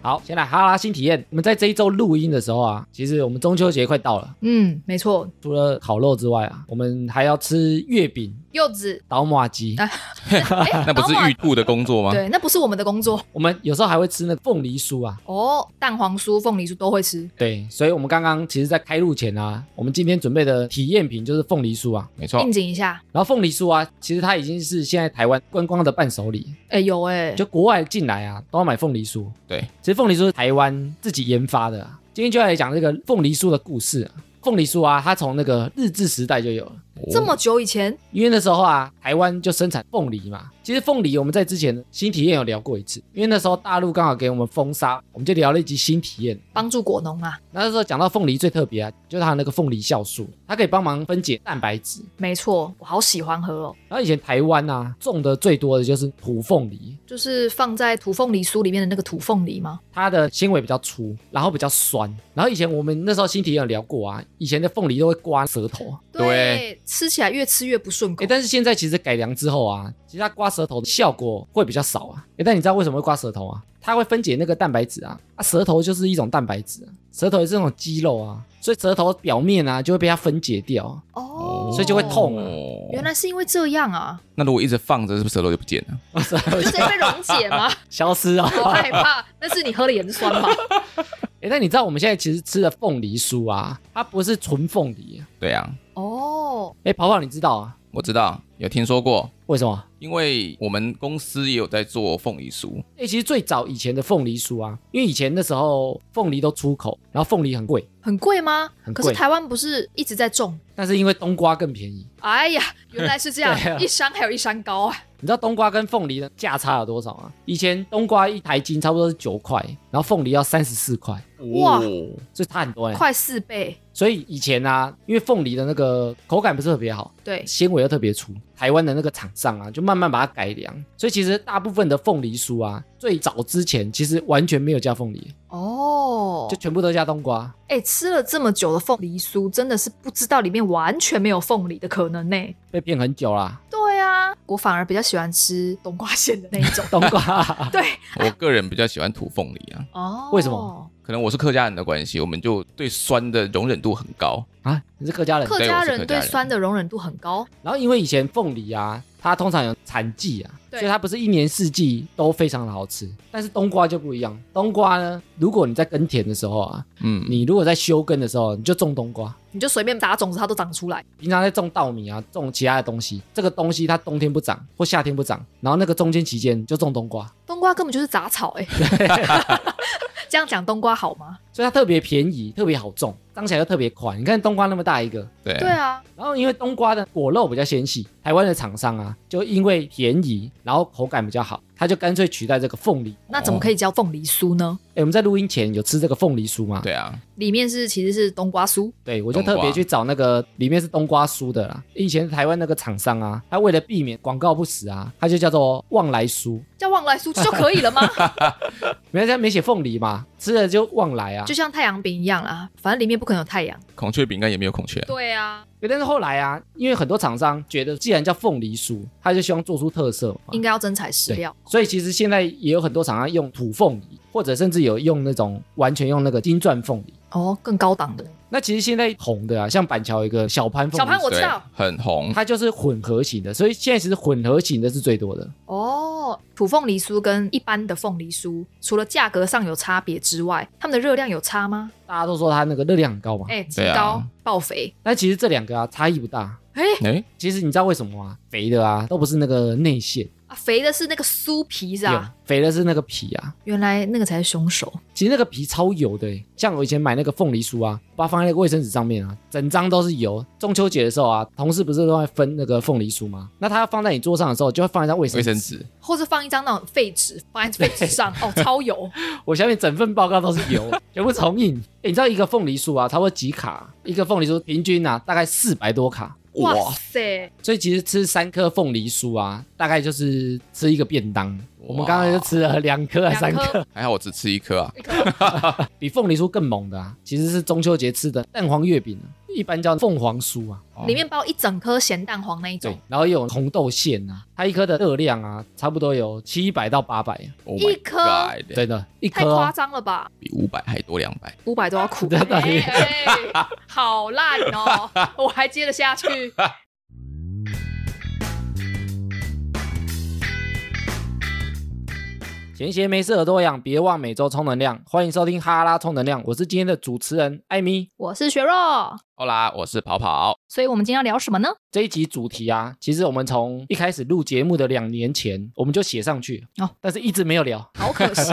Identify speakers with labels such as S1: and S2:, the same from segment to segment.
S1: 好，先来哈拉新体验。我们在这一周录音的时候啊，其实我们中秋节快到了，
S2: 嗯，没错，
S1: 除了烤肉之外啊，我们还要吃月饼、
S2: 柚 子，
S1: 倒马鸡，
S2: 啊哎
S3: 那不是
S2: 老马
S3: 预兔的工作
S1: 啊
S3: 吗？
S2: 对，那不是我们的工作
S1: 我们有时候还会吃那个凤梨酥啊。
S2: 哦。蛋黄酥、凤梨酥都会吃，
S1: 对，所以我们刚刚其实，在开录前啊，我们今天准备的体验品就是凤梨酥啊。
S3: 没错
S2: 应，景一下。
S1: 然后凤梨酥啊，其实它已经是现在台湾观光的伴手礼，
S2: 哎、有哎、
S1: 就国外进来啊都要买凤梨酥。
S3: 对，
S1: 其实凤梨酥是台湾自己研发的、啊。今天就来讲这个凤梨酥的故事、啊。凤梨酥啊，它从那个日治时代就有了。
S2: 这么久以前，
S1: 因为那时候啊，台湾就生产凤梨嘛。其实凤梨我们在之前新体验有聊过一次，因为那时候大陆刚好给我们封杀，我们就聊了一集新体验。
S2: 帮助果农啊，
S1: 那时候讲到凤梨最特别啊，就是它有那个凤梨酵素，它可以帮忙分解蛋白质。
S2: 没错，我好喜欢喝哦，
S1: 然后以前台湾啊种的最多的就是土凤梨，
S2: 就是放在土凤梨酥里面的那个土凤梨吗？
S1: 它的纤维比较粗，然后比较酸。然后以前我们那时候新体验有聊过啊，以前的凤梨都会刮舌头，
S3: 对
S2: 吃起来越吃越不顺口。
S1: 诶，哎但是现在其实改良之后啊，其实它刮舌头的效果会比较少啊。诶，但你知道为什么会刮舌头啊？它会分解那个蛋白质啊，啊，舌头就是一种蛋白质、啊，舌头也是一种肌肉啊，所以舌头表面啊就会被它分解掉啊，
S2: 哦，
S1: 所以就会痛啊
S3: 哦
S2: 原来是因为这样 啊，
S3: 那如果一直放着，是不是舌头就不见了？
S2: 就直接被溶 解吗？
S1: 消失啊。
S2: 好害怕，那是你喝了盐酸吧？
S1: 诶，但你知道我们现在其实吃的凤梨酥啊，它不是纯凤梨、啊。
S3: 对啊，
S2: 哦，
S1: 诶，跑跑你知道啊？
S3: 我知道，有听说过，
S1: 为什么？
S3: 因为我们公司也有在做凤梨酥，
S1: 诶，其实最早以前的凤梨酥啊，因为以前那时候凤梨都出口，然后凤梨很贵，
S2: 很贵吗？
S1: 很
S2: 可
S1: 贵
S2: 是台湾不是一直在种？
S1: 但是因为冬瓜更便宜。
S2: 哎呀，原来是这样，
S1: 对啊
S2: 一山还有一山高啊！
S1: 你知道冬瓜跟凤梨的价差有多少吗？以前冬瓜一台斤差不多是九块，然后凤梨要三十四块，
S2: 哇
S1: 所以差很多哎、
S2: 快四倍，
S1: 所以以前啊，因为凤梨的那个口感不是特别好，
S2: 对，
S1: 纤维又特别粗，台湾的那个厂商啊，就慢慢把它改良。所以其实大部分的凤梨酥啊，最早之前其实完全没有加凤梨，
S2: 哦，
S1: 就全部都加冬瓜。
S2: 哎、吃了这么久的凤梨酥，真的是不知道里面完全没有凤梨的可能呢、
S1: 被骗很久啦，。
S2: 对啊，我反而比较喜欢吃冬瓜馅的那一种
S1: 冬 瓜
S2: 对，
S3: 我个人比较喜欢土凤梨啊，
S2: 哦，
S1: 为什么？
S3: 可能我是客家人的关系，我们就对酸的容忍度很高。
S1: 啊，你是客家人。
S2: 客
S3: 对我
S2: 家
S3: 是客
S2: 人
S3: 家
S2: 对
S3: 人
S2: 酸的容忍度很高，
S1: 然后因为以前凤梨啊，它通常有产季啊，
S2: 对
S1: 所以它不是一年四季都非常的好吃。但是冬瓜就不一样，冬瓜呢，如果你在耕田的时候啊，
S3: 嗯，
S1: 你如果在休耕的时候，你就种冬瓜。
S2: 你就随便打种子它都长出来。
S1: 平常在种稻米啊，种其他的东西，这个东西它冬天不长或夏天不长，然后那个中间期间就种冬瓜，
S2: 冬瓜根本就是杂草 哎、这样讲冬瓜好吗？
S1: 所以它特别便宜，特别好种，长起来又特别快。你看冬瓜那么大一个，
S3: 对，
S2: 对啊，
S1: 然后因为冬瓜的果肉比较纤细，台湾的厂商啊，就因为便宜，然后口感比较好，它就干脆取代这个凤梨
S2: 那怎么可以叫凤梨酥呢？
S1: 哎、我们在录音前有吃这个凤梨酥吗？
S3: 对啊，
S2: 里面是其实是冬瓜酥，
S1: 对，我就
S3: 冬
S1: 特
S3: 瓜
S1: 别去找那个里面是冬瓜酥的啦。以前台湾那个厂商啊，他为了避免广告不实啊，他就叫做旺来酥，
S2: 叫旺来酥就可以了吗？
S1: 没人家没写凤梨嘛，吃了就旺来啊。
S2: 就像太阳饼一样啦，反正里面不可能有太阳。
S3: 孔雀饼干也没有孔雀啊，
S2: 对啊，
S1: 对但是后来啊，因为很多厂商觉得既然叫凤梨酥，他就希望做出特色嘛，
S2: 应该要真材实
S1: 对
S2: 料。
S1: 所以其实现在也有很多厂商用土凤梨，或者甚至有用那种完全用那个金钻凤梨。
S2: 哦，更高档的
S1: 那其实现在红的啊，像板桥有一个小潘凤梨酥，
S2: 小潘我知
S3: 对
S2: 道，
S3: 很红，
S1: 它就是混合型的，所以现在其实混合型的是最多的。
S2: 哦。土凤梨酥跟一般的凤梨酥，除了价格上有差别之外，它们的热量有差吗？
S1: 大家都说它那个热量很高嘛，
S2: 哎、极
S3: 对啊
S2: 高、爆肥，
S1: 但其实这两个啊差异不大。
S2: 哎、
S3: 哎，
S1: 其实你知道为什么啊？肥的啊都不是那个内馅，
S2: 啊，肥的是那个酥皮是啊
S1: 有
S2: 吧？
S1: 肥的是那个皮啊。
S2: 原来那个才是凶手。
S1: 其实那个皮超油的欸、像我以前买那个凤梨酥啊，把它放在那个卫生纸上面啊，整张都是油。中秋节的时候啊，同事不是都会分那个凤梨酥吗？那它放在你桌上的时候，就会放一张卫生
S3: 卫
S1: 纸。
S3: 生纸，
S2: 或是放一张那种废纸放在废纸上，哦，超 油，
S1: 我下面整份报告都是油， 全部重印。欸你知道一个凤梨酥啊，差不多几卡啊？一个凤梨酥平均啊，大概四百多卡。
S2: 哇塞，
S1: 所以其实吃三颗凤梨酥啊，大概就是吃一个便当。我们刚才就吃了两颗还是三
S2: 两
S1: 颗
S2: 颗，
S3: 还好我只吃一颗啊，
S1: 比凤梨酥更猛的啊，其实是中秋节吃的蛋黄月饼啊，一般叫凤凰酥啊。
S3: 哦
S2: 里面包一整颗咸蛋黄那一
S1: 对
S2: 种，，
S1: 然后也有红豆馅啊，它一颗的热量啊，差不多有七百到八百、啊
S3: Oh
S2: 一
S3: my
S2: 颗
S3: God，
S1: 真的，一
S2: 太
S1: 颗、
S2: 夸
S1: 哦。
S2: 张了吧？
S3: 比五百还多两百，
S2: 五百都要 哭，
S1: 真的
S2: 哎哎好烂哦！我还接得下去。
S1: 闲闲没事耳朵痒，别忘每周充能量。欢迎收听哈拉充能量，我是今天的主持人艾米。
S2: 我是雪若，
S3: 好啦，我是跑跑，
S2: 所以我们今天要聊什么呢？
S1: 这一集主题啊，其实我们从一开始录节目的两年前，我们就写上去，
S2: 哦
S1: 哦、但是一直没有聊。
S2: 好可 惜，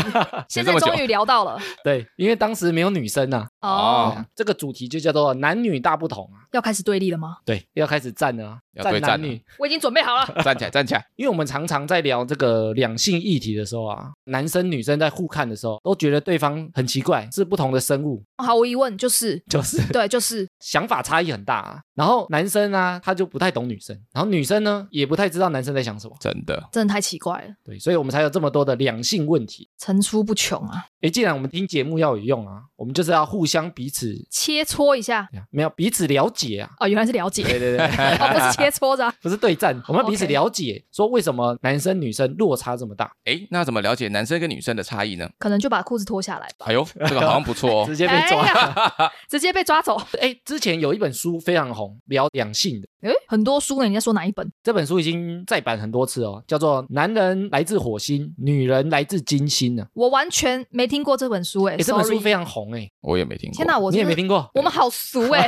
S2: 现在
S3: 这么久
S2: 终于聊到了
S1: 对，因为当时没有女生啊。
S2: 哦。
S3: 哦
S1: 这个主题就叫做男女大不同啊。
S2: 要开始对立了吗？
S1: 对，要开始站了啊，
S3: 要
S1: 站
S3: 对
S1: 男
S3: 战了
S1: 女。
S2: 我已经准备好了。
S3: 站起来，站起来，
S1: 因为我们常常在聊这个两性议题的时候啊，男生女生在互看的时候，都觉得对方很奇怪，是不同的生物，
S2: 毫无疑问，就是
S1: 就是
S2: 对，就是
S1: 想法差异很大、啊。然后男生啊，他就不太懂女生，然后女生呢，也不太知道男生在想什么。
S3: 真的，
S2: 真的太奇怪了，
S1: 对，所以我们才有这么多的两性问题。
S2: 层出不穷啊！
S1: 诶，既然我们听节目要有用啊，我们就是要互相彼此，哎
S2: 切磋一下
S1: 没有彼此了解啊。
S2: 哦，原来是了解，
S1: 对对对，
S2: 哦，不 是切磋着啊。
S1: 不是对战，我们要彼此
S2: OK
S1: 了解，说为什么男生女生落差这么大，
S3: 哎，那怎么了解男生跟女生的差异呢？
S2: 可能就把裤子脱下来吧。
S3: 哎呦，这个好像不错哦
S1: 直，接被抓。
S2: 哎呀直接被抓走。
S1: 哎、之前有一本书非常红，聊两性的。
S2: 诶，很多书呢，你在说哪一本？
S1: 这本书已经再版很多次哦，叫做《男人来自火星，女人来自金星》呢。
S2: 我完全没听过这本书，哎
S1: 哎，，这本
S2: sorry
S1: 书非常红哎，
S3: 我也没听过，
S2: 天哪，我
S1: 你也
S2: 真
S1: 没
S2: 的
S1: 听过？
S2: 我们好俗哎、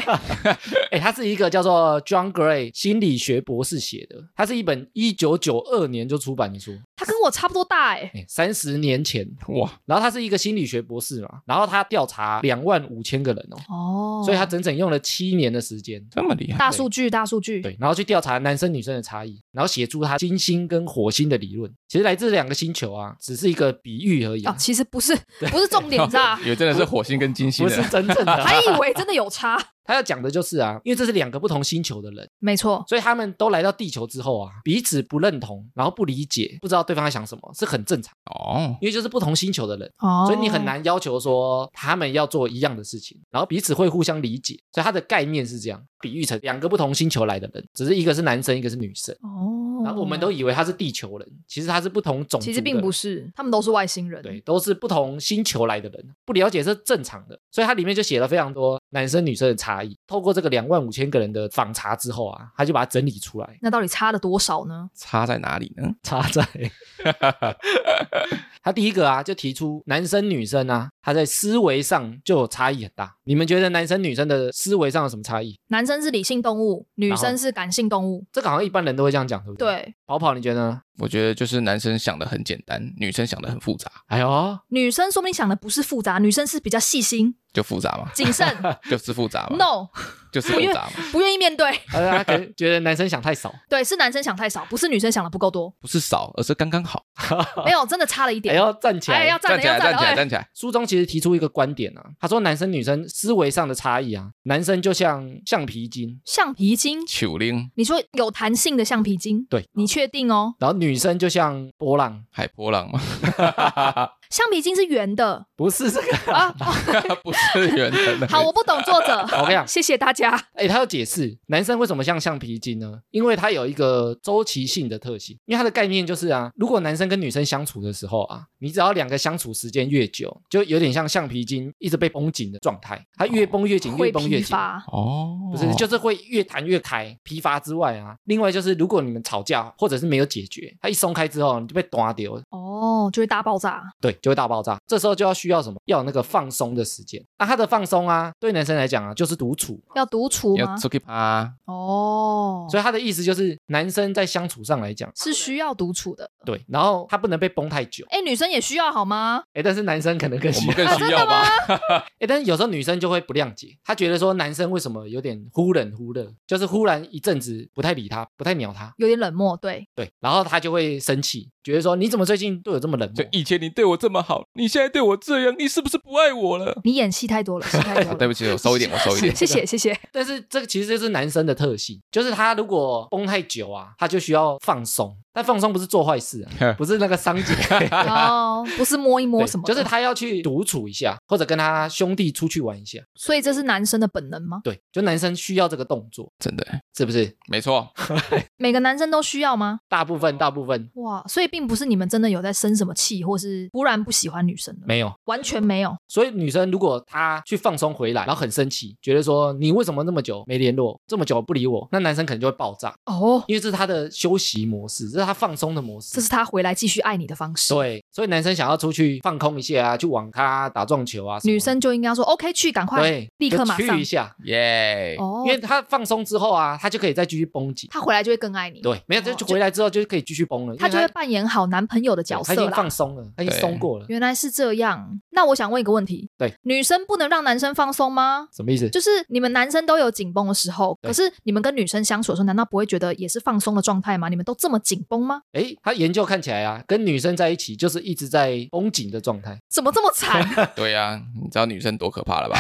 S1: 哎，它是一个叫做 John Gray 心理学博士写的，它是一本一九九二年就出版的书，
S2: 他跟我差不多大哎、
S1: 哎，三十年前。
S3: 哇，
S1: 然后他是一个心理学博士嘛，然后他调查两万五千个人哦，
S2: 哦
S1: 所以他整整用了七年的时间，
S3: 这么厉害，？
S2: 大数据，大数据，哦
S1: 对，然后去调查男生女生的差异，然后写出他金星跟火星的理论。其实来自两个星球啊，只是一个比喻而已、
S2: 哦
S1: 啊，，
S2: 其实不是，不是重点是吧
S3: 有真的是火星跟金星
S1: 不是
S3: 的，
S1: 真正的、啊。
S2: 还以为真的有差，
S1: 他要讲的就是啊，因为这是两个不同星球的人，
S2: 没错，
S1: 所以他们都来到地球之后啊，彼此不认同，然后不理解，不知道对方在想什么，是很正常，
S3: 哦，
S1: 因为就是不同星球的人。
S2: 哦
S1: 所以你很，难要求说他们要做一样的事情，然后彼此会互相理解，所以它的概念是这样，比喻成两个不同星球来的人，只是一个是男生，一个是女生。
S2: 哦
S1: 然后我们都以为他是地球人，其实他是不同种族的人，
S2: 其实并不是，他们都是外星人，
S1: 对，，都是不同星球来的人，不了解是正常的。所以它里面就写了非常多男生女生的差异。透过这个两万五千个人的访查之后啊，他就把它整理出来，
S2: 那到底差了多少呢？
S3: 差在哪里呢？
S1: 插在他第一个啊，就提出男生女生啊，他在思维上就有差异很大。你们觉得男生女生的思维上有什么差异？
S2: 男生是理性动物，女
S1: 然
S2: 生
S1: 后
S2: 是感性动物，
S1: 这个好像一般人都会这样讲，对不对？。
S2: 对，
S1: 跑跑，你觉得 呢？
S3: 我觉得就是男生想的很简单，女生想的很复杂，
S1: 哎呦，
S2: 女生说不定想的不是复杂，女生是比较细心、
S3: 就复杂嘛，
S2: 谨慎
S3: 就是复杂嘛，
S2: ，no，
S3: 就是复杂嘛，
S2: 不愿意面对，
S1: 他哎可能觉得男生想太少。
S2: 对，是男生想太少，不是女生想的不够多，
S3: 不是少，而是刚刚好。
S2: 没有，真的差了一
S1: 哎
S2: 点。
S1: 呦，站起来！
S2: 哎，要站
S3: 站
S2: 了，
S3: 起
S2: 要站
S3: 来，站
S2: 了，
S3: 起来，
S2: 哎
S3: 站起来！
S1: 书中其实提出一个观点啊，他说男生女生思维上的差异啊，男生就像橡皮筋，
S2: 橡皮筋，
S3: 球令
S2: 你说有弹性的橡皮筋，
S1: 对
S2: 你确定哦？
S1: 然后女生就像波浪，
S3: 海波浪嘛，
S2: 橡皮筋是 圆的
S1: 不是这个。
S2: 啊、哦
S3: 不是圆的。
S2: 好，我不懂作者，
S1: 我跟你讲，
S2: 谢谢大家。
S1: 哎、他要解释男生为什么像橡皮筋呢？因为它有一个周期性的特性，因为它的概念就是啊，如果男生跟女生相处的时候啊，你只要两个相处时间越久，就有点像橡皮筋一直被绷紧的状态，它越绷越紧，越
S2: 哦会
S1: 绷
S2: 疲
S1: 越紧。
S2: 乏，
S3: 哦，
S1: 不是，就是会越弹越开，疲乏之外啊，另外就是如果你们吵架或者是没有解决，它一松开之后你就被打丢，
S2: 哦，就会大爆炸。
S1: 对，就会大爆炸。这时候就要需要什么？要有那个放松的时间。那他的放松啊，对男生来讲啊，就是独处。
S3: 哦
S2: 要独处吗
S3: 要？出去趴，
S2: 哦，
S1: 所以他的意思就是，男生在相处上来讲，
S2: 是需要独处的。
S1: 对，然后他不能被绷太久。
S2: 哎，女生也需要好吗？
S1: 哎，但是男生可能更
S3: 我
S1: 需
S3: 们
S1: 要。
S2: 啊
S3: 更需要吧？
S1: 哎，但是有时候女生就会不谅解，她觉得说男生为什么有点忽冷忽热，就是忽然一阵子不太理他，不太鸟他，
S2: 有点冷漠，对，
S1: 对，然后她就会生气，觉得说你怎么最近对我这么么冷
S3: 就
S1: 漠。
S3: 以前你对我这么好，你现在对我这样，你是不是不爱我了？
S2: 你演戏太多了，戏太多
S3: 啊
S2: 了。
S3: 对不起，我收一点，我收一点。
S2: 谢谢谢谢。
S1: 但是这个其实就是男生的特性，就是他如果绷太久啊，他就需要放松。但放松不是做坏事、啊，不是那个伤解，
S2: 哦，不是摸一摸
S1: 对
S2: 什么的，
S1: 就是他要去独处一下，或者跟他兄弟出去玩一下。
S2: 所以这是男生的本能吗？
S1: 对，就男生需要这个动作，
S3: 真的，
S1: 是不是？
S3: 没错，
S2: 每个男生都需要吗？
S1: 大部分大部分
S2: 哇，所以并不是你们真的有在生什么气，或是突然不喜欢女生了，
S1: 没有。
S2: 完全没有。
S1: 所以女生如果她去放松回来，然后很生气，觉得说你为什么那么久没联络，这么久不理我，那男生可能就会爆炸，
S2: 哦，
S1: 因为这是他的休息模式，这是他放松的模式。
S2: 这是他回来继续爱你的方式。
S1: 对，所以男生想要出去放空一下啊，去网咖打撞球啊什么的，
S2: 女生就应该说 OK 去，赶快。
S1: 对，
S2: 立刻
S1: 就
S2: 马上
S1: 去一下，
S3: 耶、
S2: 哦
S1: 因，为他放松之后啊，他就可以再继续绷紧。
S2: 他回来就会更爱你，
S1: 对，没有，就
S2: 哦
S1: 就回来之后就可以继续绷了，因
S2: 他
S1: 为
S2: 就会扮演好男朋友的角
S1: 他
S2: 色
S1: 已经
S2: 啦
S1: 放。松了，他已经
S3: 对
S1: 松过了，
S2: 原来是这样，那我想问一个问题，
S1: 对，
S2: 女生不能让男生放松吗？
S1: 什么意思？
S2: 就是你们男生都有紧绷的时候，
S1: 对
S2: 可是你们跟女生相处的时候，难道不会觉得也是放松的状态吗？你们都这么紧绷吗？
S1: 哎，他研究看起来啊，跟女生在一起就是一直在绷紧的状态，
S2: 怎么这么 惨？
S3: 对呀、你知道女生多可怕了吧？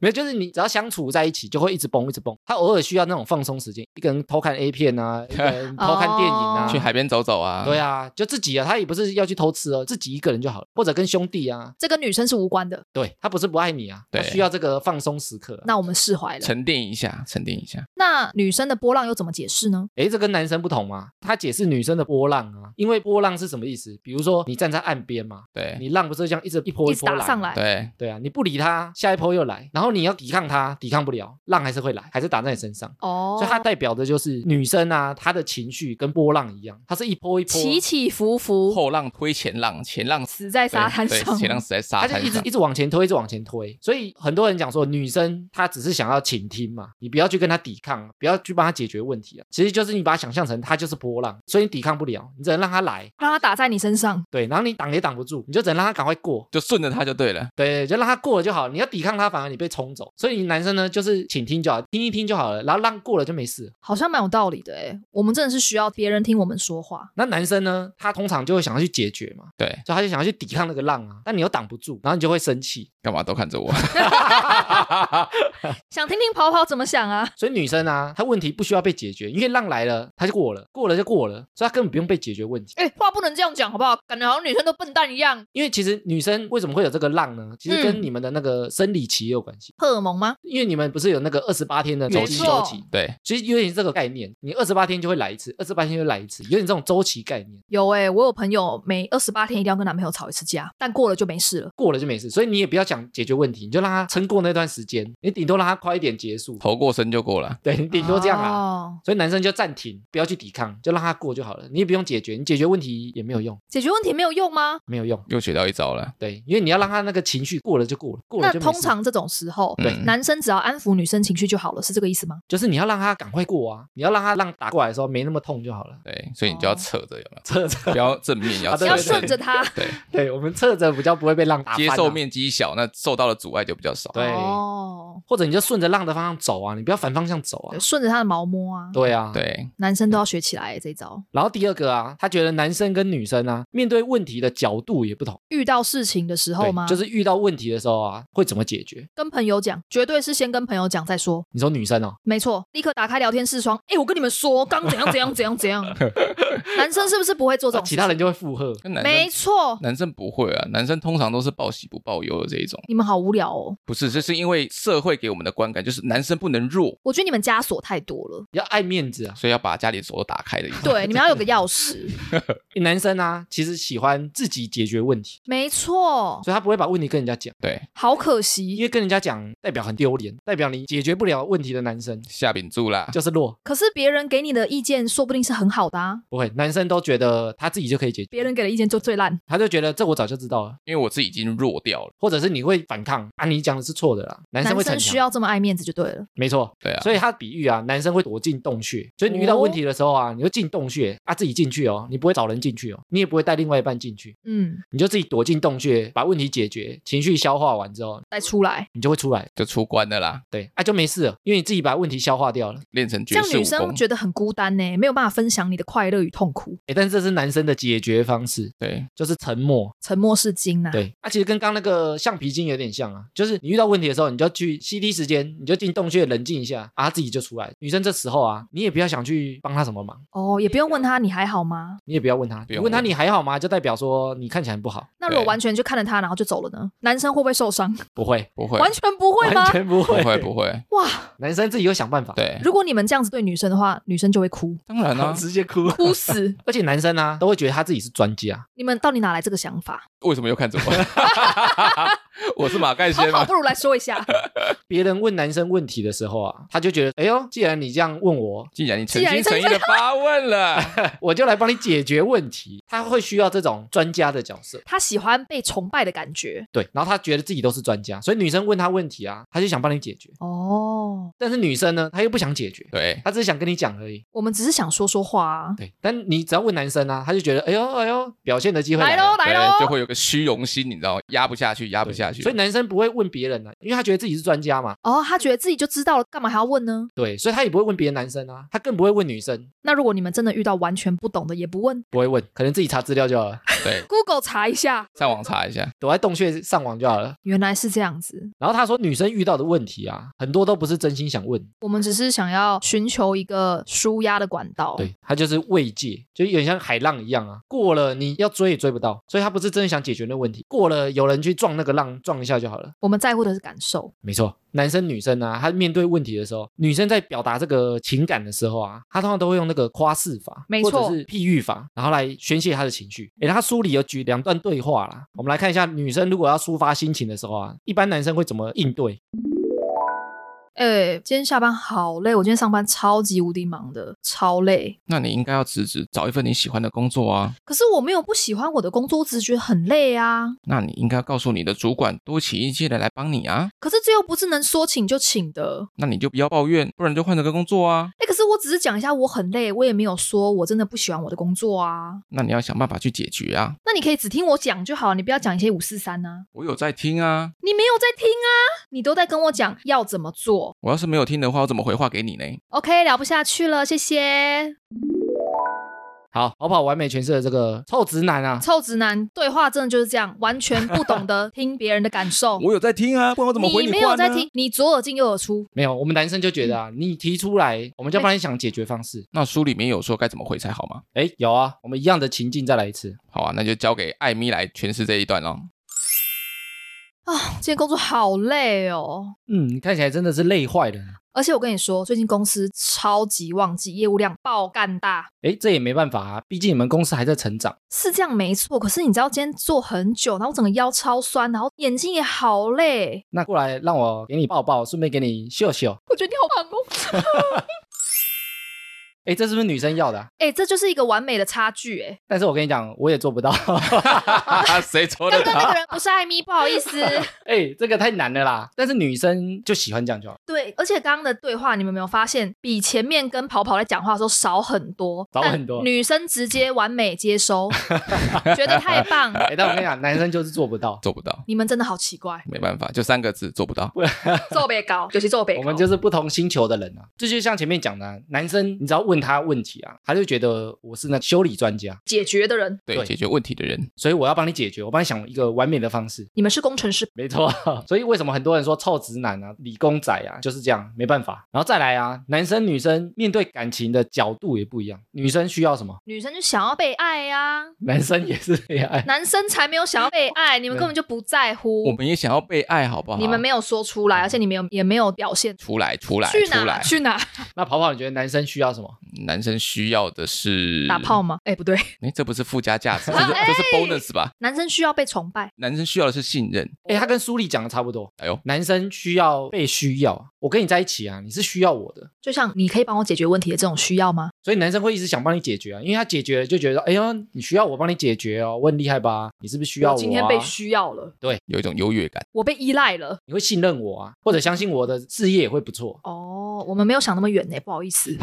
S1: 没有，就是你只要相处在一起就会一直绷，一直绷。他偶尔需要那种放松时间，一个人偷看 A 片啊，一个人偷看电影啊，
S2: 哦
S3: 去海边走走啊。
S1: 对啊，就自己啊，他也不是要去偷吃哦，自己一个人就好了，或者跟兄弟啊，
S2: 这跟女生是无关的。
S1: 对他不是不爱你啊，他
S3: 对
S1: 需要这个放松时刻、啊。
S2: 那我们释怀了。
S3: 沉淀一下，沉淀一下。
S2: 那女生的波浪又怎么解释呢？
S1: 诶，这跟男生不同嘛？他解释女生的波浪啊，因为波浪是什么意思？比如说你站在岸边嘛，
S3: 对
S1: 你浪不是这样一直一波
S2: 一直
S1: 波
S2: 打
S1: 来
S2: 上
S1: 吗
S2: 来
S3: 对，
S1: 对啊，你不理他，下一波又来，然后你要抵抗他，抵抗不了，浪还是会来，还是打在你身上。
S2: 哦，
S1: 所以它代表的就是女生啊，她的情绪跟波浪一样，它是一波一波，
S2: 起起伏伏，
S3: 后浪推前浪，前浪死
S2: 死在沙滩上。
S3: 前浪死在沙
S1: 它就
S3: 滩
S1: 一直
S3: 上
S1: 一。直往前推，一直往前推。所以很多人讲说，女生她只是想要倾听嘛，你不要去跟她抵抗，啊不要去帮她解决问题啊。其实就是你把她想象成她就是波浪，所以你抵抗不了，你只能让她来，
S2: 让它打在你身上，
S1: 对，然后你挡也挡不住，你就只能让她赶快过。
S3: 就顺着他就对了，
S1: 对，就让他过了就好。你要抵抗他，反而你被冲走。所以你男生呢，就是倾听就好，听一听就好了，然后让过了就没事了。
S2: 好像蛮有道理的哎。我们真的是需要别人听我们说话，
S1: 那男生呢，他通常就会想要去解决嘛，
S3: 对，
S1: 所以他就想要去抵抗那个浪啊，但你又挡不住，然后你就会生气。
S3: 干嘛都看着我？
S2: 想听听跑跑怎么想啊？
S1: 所以女生啊，她问题不需要被解决，因为浪来了，她就过了，过了就过了，所以她根本不用被解决问题。
S2: 哎、话不能这样讲好不好？感觉好像女生都笨蛋一样。
S1: 因为其实女生为什么会有这个浪呢？其实
S2: 嗯
S1: 跟你们的那个生理期也有关系，
S2: 荷尔蒙吗？
S1: 因为你们不是有那个二十八天的周期
S2: 没错
S1: 周期。
S3: 对，
S1: 其实有点这个概念，你二十八天就会来一次，二十八天就会来一次，有点这种周期概念。
S2: 有哎、我有朋友每二十八天一定要跟男朋友吵一次架，但过了就没事了。
S1: 过了就没事，所以你也不要想解决问题，你就让他撑过那段时间，你顶多让他快一点结束，
S3: 头过身就过了。
S1: 对你顶多这样啊。
S2: 哦，
S1: 所以男生就暂停，不要去抵抗，就让他过就好了。你也不用解决，你解决问题也没有用，
S2: 解决问题没有用吗？
S1: 没有用。
S3: 又学到一招了，
S1: 对，因为你要让他那个情绪过了就过了，过了
S2: 那
S1: 就没
S2: 通
S1: 事
S2: 常这种时候，
S3: 对
S2: 男生只要安抚女生情绪就好了，是这个意思吗？
S1: 就是你要让他赶快过啊，你要让他让打过来的时候没那么痛就好了。
S3: 对，所以你就要侧着，有没有？
S1: 侧着，
S3: 不要正面，要
S1: 哦啊
S3: 侧
S1: 对
S2: 要
S1: 对
S2: 顺着他。
S3: 对，
S1: 对我们侧着比较不会被浪打翻
S3: 接
S1: 啊、
S3: 受面积小，那受到的阻碍就比较少。
S1: 对
S2: 哦，
S1: 或者你就顺着浪的方向走啊，你不要反方向走啊
S2: 对。顺着他的毛摸啊。
S1: 对啊，
S3: 对，
S2: 男生都要学起来欸这一招。
S1: 然后第二个啊，他觉得男生跟女生啊，面对问题的角度也不同。
S2: 遇到事情的时候
S1: 对，
S2: 吗？
S1: 就是遇到问题的时候啊，会怎么解决？
S2: 跟朋友讲，绝对是先跟朋友讲再说。
S1: 你说女生哦，
S2: 没错，立刻打开聊天视窗。哎，我跟你们说，刚怎样怎样怎样怎 样。男生是不是不会做这
S1: 那
S2: 种事？
S1: 啊其他人就会附和。
S3: 跟男
S2: 没
S3: 生
S2: 错，
S3: 男生不会啊，男生通常都是报喜不报忧的这一种。
S2: 你们好无聊哦。
S3: 不是，这是因为社会给我们的观感就是男生不能弱，
S2: 我觉得你们枷锁太多了。
S1: 比较爱面子啊，
S3: 所以要把家里的锁都打开的意 思。
S2: 对，你们要有个钥匙。
S1: 男生啊，其实喜欢自己解决问题，
S2: 没错，
S1: 所以他不会把问题跟人家讲，
S3: 对，
S2: 好可
S1: 因
S2: 惜。
S1: 为跟人家讲代表很丢脸，代表你解决不了问题的男 生
S3: 下秉住啦，
S1: 就是弱。
S2: 可是别人给你的意见说不定是很好的啊，
S1: 不会，男生都觉得他自己就可以解决，
S2: 别人给的意见就最烂。
S1: 他就觉得这我早就知道了，
S3: 因为我自己已经弱掉了。
S1: 或者是你会反抗啊，你讲的是错的啦，男生会
S2: 男
S1: 逞
S2: 生需
S1: 要。
S2: 要这么爱面子就对了。
S1: 没错，
S3: 对啊，
S1: 所以他比喻啊，男生会躲进洞穴，所以你遇到问题的时候啊，你会进洞穴啊，自己进去哦，你不会找人进去哦，你也不会带另外一半进去，
S2: 嗯，
S1: 你就自己躲进洞穴，把问题解决，情绪消化完之后，
S2: 再出来，
S1: 你就会出来，
S3: 就出关的啦，
S1: 对，啊就没事了，因为你自己把问题消化掉了，
S3: 练成
S2: 这
S3: 绝
S2: 样
S3: 世
S2: 女
S3: 武
S2: 生
S3: 功。
S2: 觉得很孤单呢，没有办法分享你的快乐与痛苦，
S1: 哎，但是这是男生的解决方式，
S3: 对，
S1: 就是沉默，
S2: 沉默是金呐、啊。
S1: 对，啊其实跟刚那个橡皮筋有点像啊，就是你遇到问题的时候，你就去 CD 时间，你就进洞穴冷静一下，啊自己就出来，女生这时候啊，你也不要想去帮她什么忙。
S2: 哦，也不用问他你还好吗？
S1: 你也不要问她，
S3: 不
S1: 你
S3: 用
S1: 问她
S3: 问
S1: 你还好吗？就代表说你看起来很不好，
S2: 那如果
S3: 对
S2: 完全就看着他，然后就走了呢？男生会不会受伤？
S1: 不会，
S3: 不会，
S2: 完全不会吗
S1: 完？全不
S3: 不
S1: 会，
S3: 会，不会，
S2: 哇，
S1: 男生自己会想办法，
S3: 对，啊
S2: 如果你们这样子对女生的话，女生就会哭，
S3: 当然啦、
S1: 直接哭。
S2: 哭死！
S1: 而且男生呢、都会觉得他自己是专家，
S2: 你们到底哪来这个想法？
S3: 为什么又看着我？ 我是马盖
S2: 好
S3: 先啊
S2: 好
S3: 吗？
S2: 不如来说一下，
S1: 别人问男生问题的时候啊，他就觉得，哎呦，既然你这样问我，
S3: 既然你诚
S2: 既然
S3: 心
S2: 你真
S3: 诚意的发问了，
S1: 我就来帮你解决问题。他会需要这种专家的角色，
S2: 他喜欢被崇拜的感觉
S1: 对，然后他觉得自己都是专家，所以女生问他问题啊，他就想帮你解决，
S2: 哦。
S1: 但是女生呢，她又不想解决。
S3: 对，
S1: 她只是想跟你讲而已，
S2: 我们只是想说说话啊，
S1: 对。但你只要问男生啊，他就觉得，哎呦哎呦，表现的机会
S2: 来
S1: 了
S2: 喽来喽
S3: 对，，就会有个虚荣心，你知道吗，压不下去，压不下去。
S1: 所以男生不会问别人啊，因为他觉得自己是专家嘛，
S2: 哦，他觉得自己就知道了，干嘛还要问呢？
S1: 对，所以他也不会问别的男生啊，他更不会问女生，
S2: 那如果你们真的遇到完全不懂的，也不问
S1: 不会问，可能自己查资料就好了，
S3: 对，
S2: ，Google 查一下，
S3: 上网查一下，
S1: 躲在洞穴上网就好了。
S2: 原来是这样子。
S1: 然后他说，女生遇到的问题啊，很多都不是真心想问，
S2: 我们只是想要寻求一个舒压的管道。
S1: 对，他就是慰藉，就有点像海浪一样啊，过了你要追也追不到，所以他不是真的想解决那问题，过了有人去撞那个浪，撞一下就好了。
S2: 我们在乎的是感受。
S1: 没错，男生女生啊，他面对问题的时候，女生在表达这个情感的时候啊，他通常都会用那个夸饰法，
S2: 没错
S1: 或者是譬喻法，然后来宣泄他的情绪。诶，他书里有举两段对话啦，我们来看一下女生如果要抒发心情的时候啊，一般男生会怎么应对？
S2: 哎、今天下班好累，我今天上班超级无敌忙的，超累。
S3: 那你应该要辞职，找一份你喜欢的工作啊。
S2: 可是我没有不喜欢我的工作，我只是觉得很累啊。
S3: 那你应该告诉你的主管，多请一些人来帮你啊。
S2: 可是这又不是能说请就请的。
S3: 那你就不要抱怨，不然就换了个工作啊。
S2: 哎、可是我只是讲一下我很累，我也没有说我真的不喜欢我的工作啊。
S3: 那你要想办法去解决啊。
S2: 那你可以只听我讲就好，你不要讲一些五四三啊。
S3: 我有在听啊，
S2: 你没有在听啊，你都在跟我讲要怎么做。
S3: 我要是没有听的话，我怎么回话给你呢？
S2: OK，聊不下去了，谢谢。
S1: 好，好不好？完美诠释了这个臭直男啊，
S2: 臭直男对话真的就是这样，完全不懂得 听别人的感受。
S3: 我有在听啊，不然我怎么回
S2: 你没有
S3: 话呢
S2: 在听，你左耳进右耳出。
S1: 没有，我们男生就觉得啊，你提出来，我们就帮你想解决方式。
S3: 那书里面有说该怎么回才好吗？
S1: 哎，有啊，我们一样的情境再来一次。
S3: 好啊，那就交给艾米来诠释这一段 喽。
S2: 啊、今天工作好累哦。
S1: 嗯，你看起来真的是累坏了。
S2: 而且我跟你说，最近公司超级旺季，业务量爆干大，
S1: 哎，这也没办法啊，毕竟你们公司还在成长。
S2: 是这样没错。可是你知道今天坐很久，然后整个腰超酸，然后眼睛也好累。
S1: 那过来让我给你抱抱，顺便给你秀秀。
S2: 我觉得你好棒哦。
S1: 哎，这是不是女生要的啊、
S2: 哎、这就是一个完美的差距哎、
S1: 但是我跟你讲，我也做不到。
S3: 谁抽
S2: 刚
S3: 得
S2: 刚那
S3: 到？
S2: 个人不是艾米，不好意思。
S1: 哎，这个太难了啦。但是女生就喜欢这样就好，
S2: 对，而且刚刚的对话，你们有没有发现，比前面跟跑跑在讲话的时候少很多，
S1: 少很
S2: 但
S1: 多
S2: 女生直接完美接收，觉得太 棒。
S1: 哎，但我跟你讲，男生就是做不到。
S3: 做不到，
S2: 你们真的好奇怪，
S3: 没办法，就三个字，做不到。
S2: 做北高，就是做北高。
S1: 我们就是不同星球的人啊，这就像前面讲的啊、男生你只要问他问题啊，他就觉得我是那修理专家，
S2: 解决的人，
S3: 对，
S1: 对
S3: 解决问题的人，
S1: 所以我要帮你解决，我帮你想一个完美的方式。
S2: 你们是工程师。
S1: 没错，啊 所以为什么很多人说臭直男啊、理工仔啊，就是这样，没办法。然后再来啊，男生女生面对感情的角度也不一样，女生需要什么，
S2: 女生就想要被爱呀、啊，
S1: 男生也是这样。
S2: 男生才没有想要被爱，你们根本就不在
S3: 我啊
S2: 乎，
S3: 们也想要被爱，好不好？
S2: 你们没有说出来，而且你们有也没有表现
S3: 出来，出来，
S2: 去
S3: 出
S2: 哪
S3: 来。
S2: 去哪
S1: 那跑跑，你觉得男生需要什么？
S3: 男生需要的是
S2: 打炮？吗？哎、不对，
S3: 哎，这不是附加价 值，这是这
S2: 哎
S3: 是 bonus 吧？
S2: 男生需要被崇拜，
S3: 男生需要的是信任。
S1: 哎，他跟书里讲的差不多。
S3: 哎呦，
S1: 男生需要被需要，我跟你在一起啊，你是需要我的，
S2: 就像你可以帮我解决问题的这种需要吗？
S1: 所以男生会一直想帮你解决啊，因为他解决了就觉得，哎呦，你需要我帮你解决哦，我很厉害吧？你是不是需要我、啊？
S2: 我今天被需要了，
S3: 有一种优越感。
S2: 我被依赖了。
S1: 你会信任我啊，或者相信我的事业也会不错。
S2: 哦，我们没有想那么远呢，不好意思。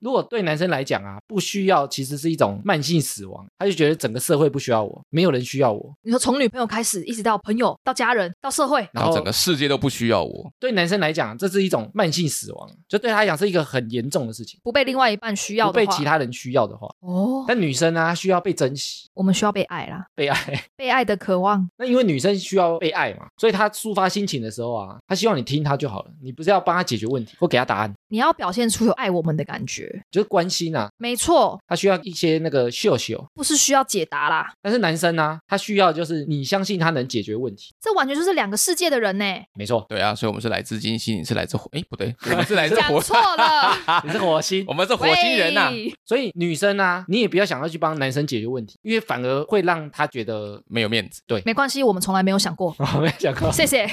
S1: 如果对男生来讲啊，不需要其实是一种慢性死亡，他就觉得整个社会不需要我，没有人需要我。
S2: 你说从女朋友开始，一直到朋友，到家人，到社会，
S1: 然
S3: 然
S1: 后
S3: 后整个世界都不需要我，，
S1: 对男生来讲，啊这是一种慢性死亡，就对他来讲是一个很严重的事情。
S2: 不被另外一半需要
S1: 不
S2: 的话，
S1: 被其他人需要的话，
S2: 哦，
S1: 但女生啊需要被珍惜、
S2: 我们需要被爱啦，
S1: 被爱。
S2: 被爱的渴望。
S1: 那因为女生需要被爱嘛，所以她抒发心情的时候啊，她希望你听她就好了，你不是要帮她解决问题或给她答案，
S2: 你要表现出有爱我们的感觉，
S1: 就是关心啊。
S2: 没错，
S1: 她需要一些那个秀秀，
S2: 不是需要解答啦，
S1: 但是男生呢、啊，他需要就是你相信他能解决问题，
S2: 这完全就是两个世界的人呢。
S1: 没错
S3: 对啊，所以我们是来自金星，你是来自火，哎，不对，我们是来自
S2: 讲
S3: 火，
S2: 错了，
S1: 你是 火星啊
S3: 我，们是火星人呐、
S2: 喂
S1: 所以女生啊，你也不要想要去帮男生解决问题，因为反而会让他觉得。。
S3: 没有面子，
S2: 没关系，我们从来没有想过
S1: 我没有想过，
S2: 谢谢，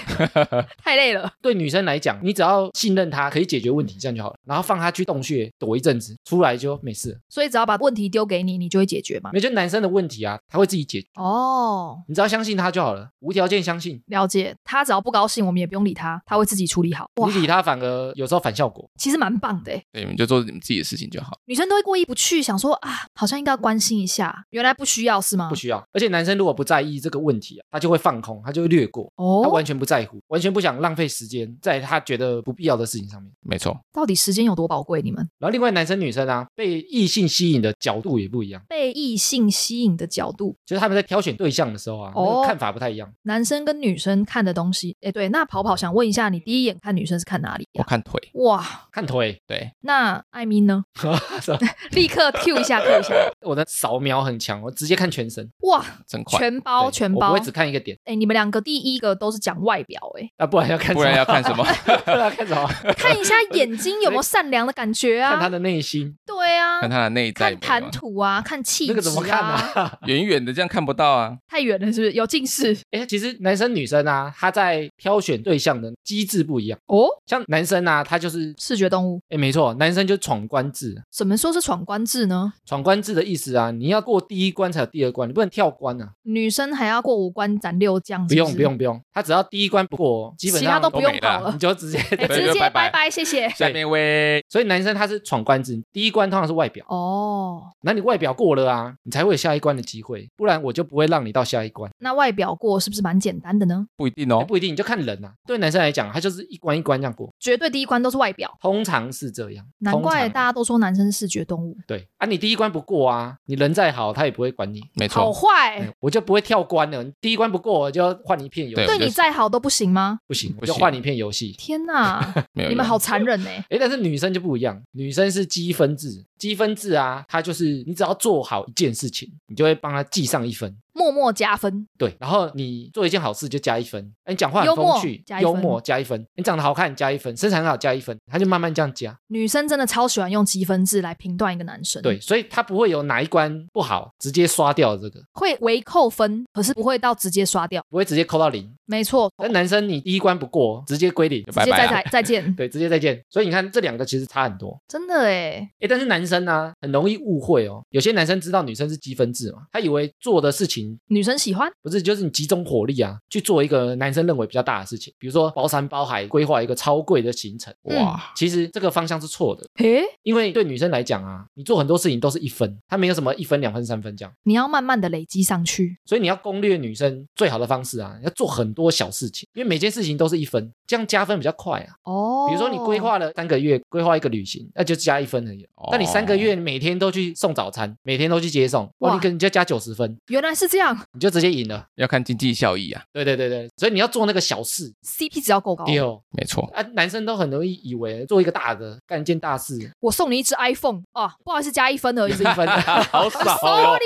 S2: 太累了。
S1: 对女生来讲，你只要信任她可以解决问题，这样就好了。然后放她去洞穴躲一阵子，出来就没事了。
S2: 所以只要把问题丢给你，你就会解决嘛
S1: 没。有就男生的问题啊，他会自己解决，
S2: 哦，
S1: 你只要相信他就好了，无条件相信。
S2: 了解。他只要不高兴，我们也不用理他，他会自己处理好。哇
S1: 你，理他反而有时候反效果。
S2: 其实蛮棒的诶。
S3: 对，你们就做你们自己的事情就好。
S2: 女生都会过意不去，想说啊，好像应该要关心一下，原来不需要是吗
S1: 不？需要，而且男生如果不在意这个问题啊，他就会放空，他就会略过，他
S2: 哦
S1: 完，全不在乎，完全不想浪费时间在他觉得不必要的事情上面。
S3: 没错，
S2: 到底时间有多宝贵？你们
S1: 然后另外男生女生啊，被异性吸引的角度也不一样，
S2: 被异性吸引的角度，
S1: 就是他们在挑选对象的时候啊，那
S2: 哦
S1: 个看法不太一样。
S2: 男生跟女生看的东西，哎，对，那跑跑想问一下，你第一眼看女生是看哪里
S3: 我
S2: 呀、
S3: 看腿，
S1: 哦
S2: 哇，
S1: 看欸腿，
S3: 对，
S2: 那艾 米呢？ 立刻 Q 一下，Q 一下，
S1: 我的扫描很强，我直接看全身，
S2: 哇，
S3: 真快，
S2: 全包
S1: 对
S2: 哦全
S1: 我
S2: 包
S1: 不会。只看一个点
S2: 哎，你们两个第一个都是讲外表，哎，
S1: 啊，不然要看什么
S3: 不然要看什么？
S1: 不然要看什么？
S2: 看 一下眼睛有没有善良的感觉
S1: 看他
S2: 啊？
S1: 的内心，
S2: 对啊，
S3: 看他的内在有
S2: 看
S3: 没有
S2: 谈
S3: 啊，
S2: 吐啊，看气
S1: 那个怎么
S2: 质
S1: 看
S2: 啊，
S1: 啊？
S3: 远远的这样看不到啊，
S2: 太远了是不是？有近视
S1: 哎、其实男生女生啊，他在挑选对象的机制不一样。
S2: 哦，
S1: 像男生啊，他就是，
S2: 视觉动物。
S1: 哎、没错，男生就是闯关制。
S2: 怎么说是闯关制呢？
S1: 闯关制的意思啊，你要过第一关才有第二关，你不能跳关啊。
S2: 女生还要过五关斩六将，
S1: 不
S2: 是
S1: 用
S2: 是
S1: 不用，不用，他只要第一关不过，基本
S2: 其他
S1: 上
S2: 都不
S3: 都没
S2: 用搞
S3: 了
S1: 你
S2: 了，
S1: 就直接。
S2: 哎
S3: 对
S2: 直
S3: 就
S2: 接
S3: 拜
S2: 拜
S3: 拜
S2: 拜，谢谢。
S3: 下面喂，
S1: 所以男生他是闯关制，第一关通常是外表，
S2: 哦，
S1: 那你外表过了啊，你才会有下一关的机会，不然我就不会让你到下一关。
S2: 那外表过是不是蛮简单的呢？
S3: 不一定
S1: 哎
S3: 哦，
S1: 不一定，你就看人啊。对男生来讲，他就是一关一关这样过，
S2: 绝对第一关都是外表，
S1: 通常是这样。
S2: 难怪
S1: 通常啊
S2: 大家都说男生是视觉动物，
S1: 对啊，你第一关不过啊，你人再好，他也不会管你，
S3: 没
S2: 好
S3: 错，
S2: 坏
S1: 哎，我就不会跳关了。你第一关不过，我就换一片游戏，
S3: 对
S2: 对
S3: 我就
S2: 你再好都不行吗？
S1: 不行，
S3: 不
S1: 我就
S3: 行
S1: 换一片游戏。
S2: 天哪，
S3: 没有
S2: 你们
S3: 用
S2: 好残忍 哎！
S1: 哎，但是女生就不一样，女生是积分制，积分制啊，它就是你只要做好一件事情，你就会帮他记上一分。
S2: 默默加分，
S1: 对，然后你做一件好事就加一分，哎，你讲话很
S2: 幽默
S1: 风趣
S2: 加，一分
S1: 幽默加一分，你长得好看加一分，身材很好加一分，他就慢慢这样加。
S2: 女生真的超喜欢用积分制来评断一个男生，
S1: 对，，所以他不会有哪一关不好直接刷掉这个，
S2: 会微扣分，可是不会到直接刷掉。
S1: 不会直接扣到零。
S2: 没错，
S1: 但男生你第一关不过，直接归零
S3: 就，
S2: 直
S3: 拜
S2: 接
S3: 拜
S2: 再
S3: 啊
S2: 再再 见，
S1: 对，直接再见。所以你看这两个其实差很多。
S2: 真的哎，
S1: 哎，但是男生呢、很容易误会哦。有些男生知道女生是积分制嘛，他以为做的事情
S2: 女生喜欢
S1: 不是就是你集中火力啊，去做一个男生认为比较大的事情，比如说包山包海规划一个超贵的行程。
S2: 嗯
S3: 哇，
S1: 其实这个方向是错的，
S2: 诶，
S1: 因为对女生来讲啊，你做很多事情都是一分，她没有什么一分、两分、三分这样。
S2: 你要慢慢的累积上去，
S1: 所以你要攻略女生最好的方式啊，要做很多小事情，因为每件事情都是一分，这样加分比较快啊。
S2: 哦，
S1: 比如说你规划了三个月，规划一个旅行，那就加一分而已。
S3: 哦
S1: 那你三个月每天都去送早餐，每天都去接送，哇，
S2: 哇
S1: 你可能就加九十分，
S2: 原来是这样
S1: 你就直接赢了。
S3: 要看经济效益啊，
S1: 对对对对，所以你要做那个小事。
S2: ，CP 值要够高。
S1: 对哦，
S3: 没错，
S1: 啊，男生都很容易以为做一个大的，干一件大事，
S2: 我送你一只 iPhone 啊，不好意思，加一分而已
S1: 也。是一 分，啊
S3: 好哦 少
S2: Sorry，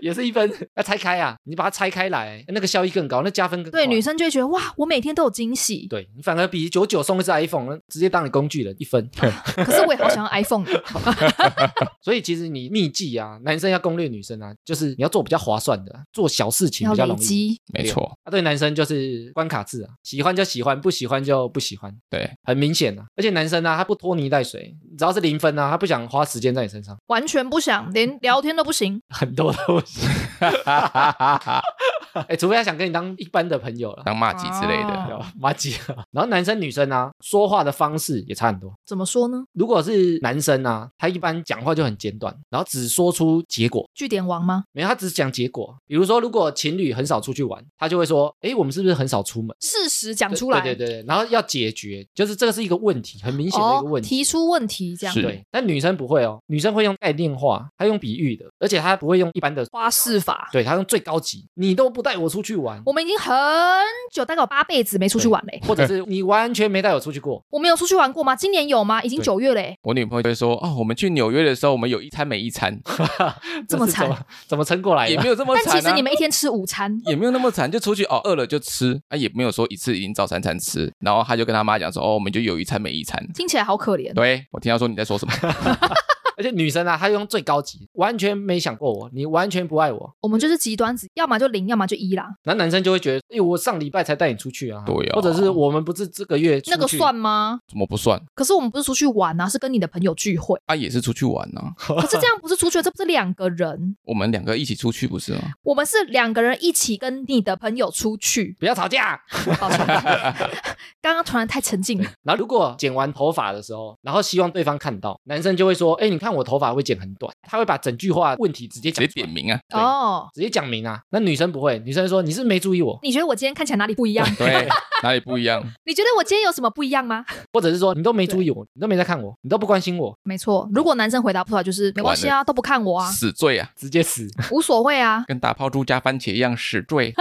S1: 也是一分。要拆开啊，你把它拆开来，那个效益更高，那加分更
S2: 对
S1: 快
S2: 女生就会觉得哇，我每天都有惊喜，
S1: 对你反而比九九送一只 iPhone，直接当你工具人一分。
S2: 可是我也好想要 iPhone。
S1: 所以其实你秘技啊，男生要攻略女生啊，就是你要做比较划算的，啊，做小事情
S2: 要
S1: 比较
S2: 累
S1: 容易。
S2: 积，
S3: 没错，
S1: 啊，对男生就是关卡制啊，喜欢就喜欢，不喜欢就不喜欢，
S3: 对，
S1: 很明显啊。而且男生啊，他不拖泥带水，只要是零分啊，他不想花时间在你身上，
S2: 完全不想，连聊天都不行。
S1: 很多都不行。 哎、除非他想跟你当一般的朋友了。
S3: 当骂鸡之类的，
S2: 哦
S1: 对吧妈鸡啊， 然后男生女生啊，说话的方式也差很多。
S2: 怎么说呢？
S1: 如果是男生啊，他一般讲话就很简短，然后只说出结果，
S2: 据点王吗？
S1: 没有他只讲结果。比如说，如果情侣很少出去玩，他就会说：“哎，我们是不是很少出门
S2: 事实？”讲
S1: 对
S2: 出来，
S1: 对对对，然后要解决，就是这个是一个问题，很明显的一个问
S2: 哦，
S1: 题。
S2: 提出问题这样
S3: 是，
S1: 对，但女生不会哦，女生会用概念化，她用比喻的，而且她不会用一般的，
S2: 花式法。
S1: 对，她用最高级，你都不带我出去玩，
S2: 我们已经很久，大概有八辈子没出去玩嘞。
S1: 或者是你完全没带我出去过，
S2: 我们有出去玩过吗？今年有吗？已经
S1: 对
S2: 九月嘞。
S3: 我女朋友就会说：“哦，我们去纽约的时候，我们有一餐没一 餐，
S2: 这么
S1: 是怎
S2: 惨
S1: 么怎么撑过来
S3: 也
S1: 的？
S3: 没有这么
S2: 但
S3: 惨、啊。
S2: 其实你们一天吃午餐，
S3: 也没有那么惨，就出去哦，饿了就吃，啊，也没有说一次已经照三餐吃。然后他就跟他妈讲说：“哦，我们就有一餐没一餐。
S2: 听起来好可怜”。
S3: 对我听到说你在说什 么，
S1: 而且女生啊，她用最高级，完全没想过我，你完全不爱我。
S2: 我们就是极端子，要么就零，要么就一啦。
S1: 然后男生就会觉得，哎、我上礼拜才带你出去啊，
S3: 对啊
S1: 或者是我们不是这个月出去
S2: 那个算吗？
S3: 怎么不算？
S2: 可是我们不是出去玩啊，是跟你的朋友聚会。
S3: 啊，也是出去玩呢、
S2: 可是这样不是出去，这不是两个人，
S3: 我们两个一起出去不是吗？
S2: 我们是两个人一起跟你的朋友出去。
S1: 不要吵架。
S2: 抱 歉，刚刚突然太沉浸了。
S1: 然后如果剪完头发的时候，然后希望对方看到，男生就会说，哎、你看我头发会剪很短，他会把整句话问题直接
S3: 直接
S1: 讲出来
S3: 点名啊，
S1: 对
S2: 哦，
S1: 直接讲明啊。那女生不会，女生说你是不是没注意 我，
S2: 你觉得我今天看起来哪里不一样？
S3: 对， 哪里不一样？
S2: 你觉得我今天有什么不一样吗？
S1: 或者是说你都没注意我，你都没在看我，你都不关心我，
S2: 没错，如果男生回答不出来，就是没关系啊，都不看 我啊，
S3: 死罪啊，
S1: 直接 死。
S2: 无所谓啊。
S3: 跟打泡猪加番茄一样死 罪。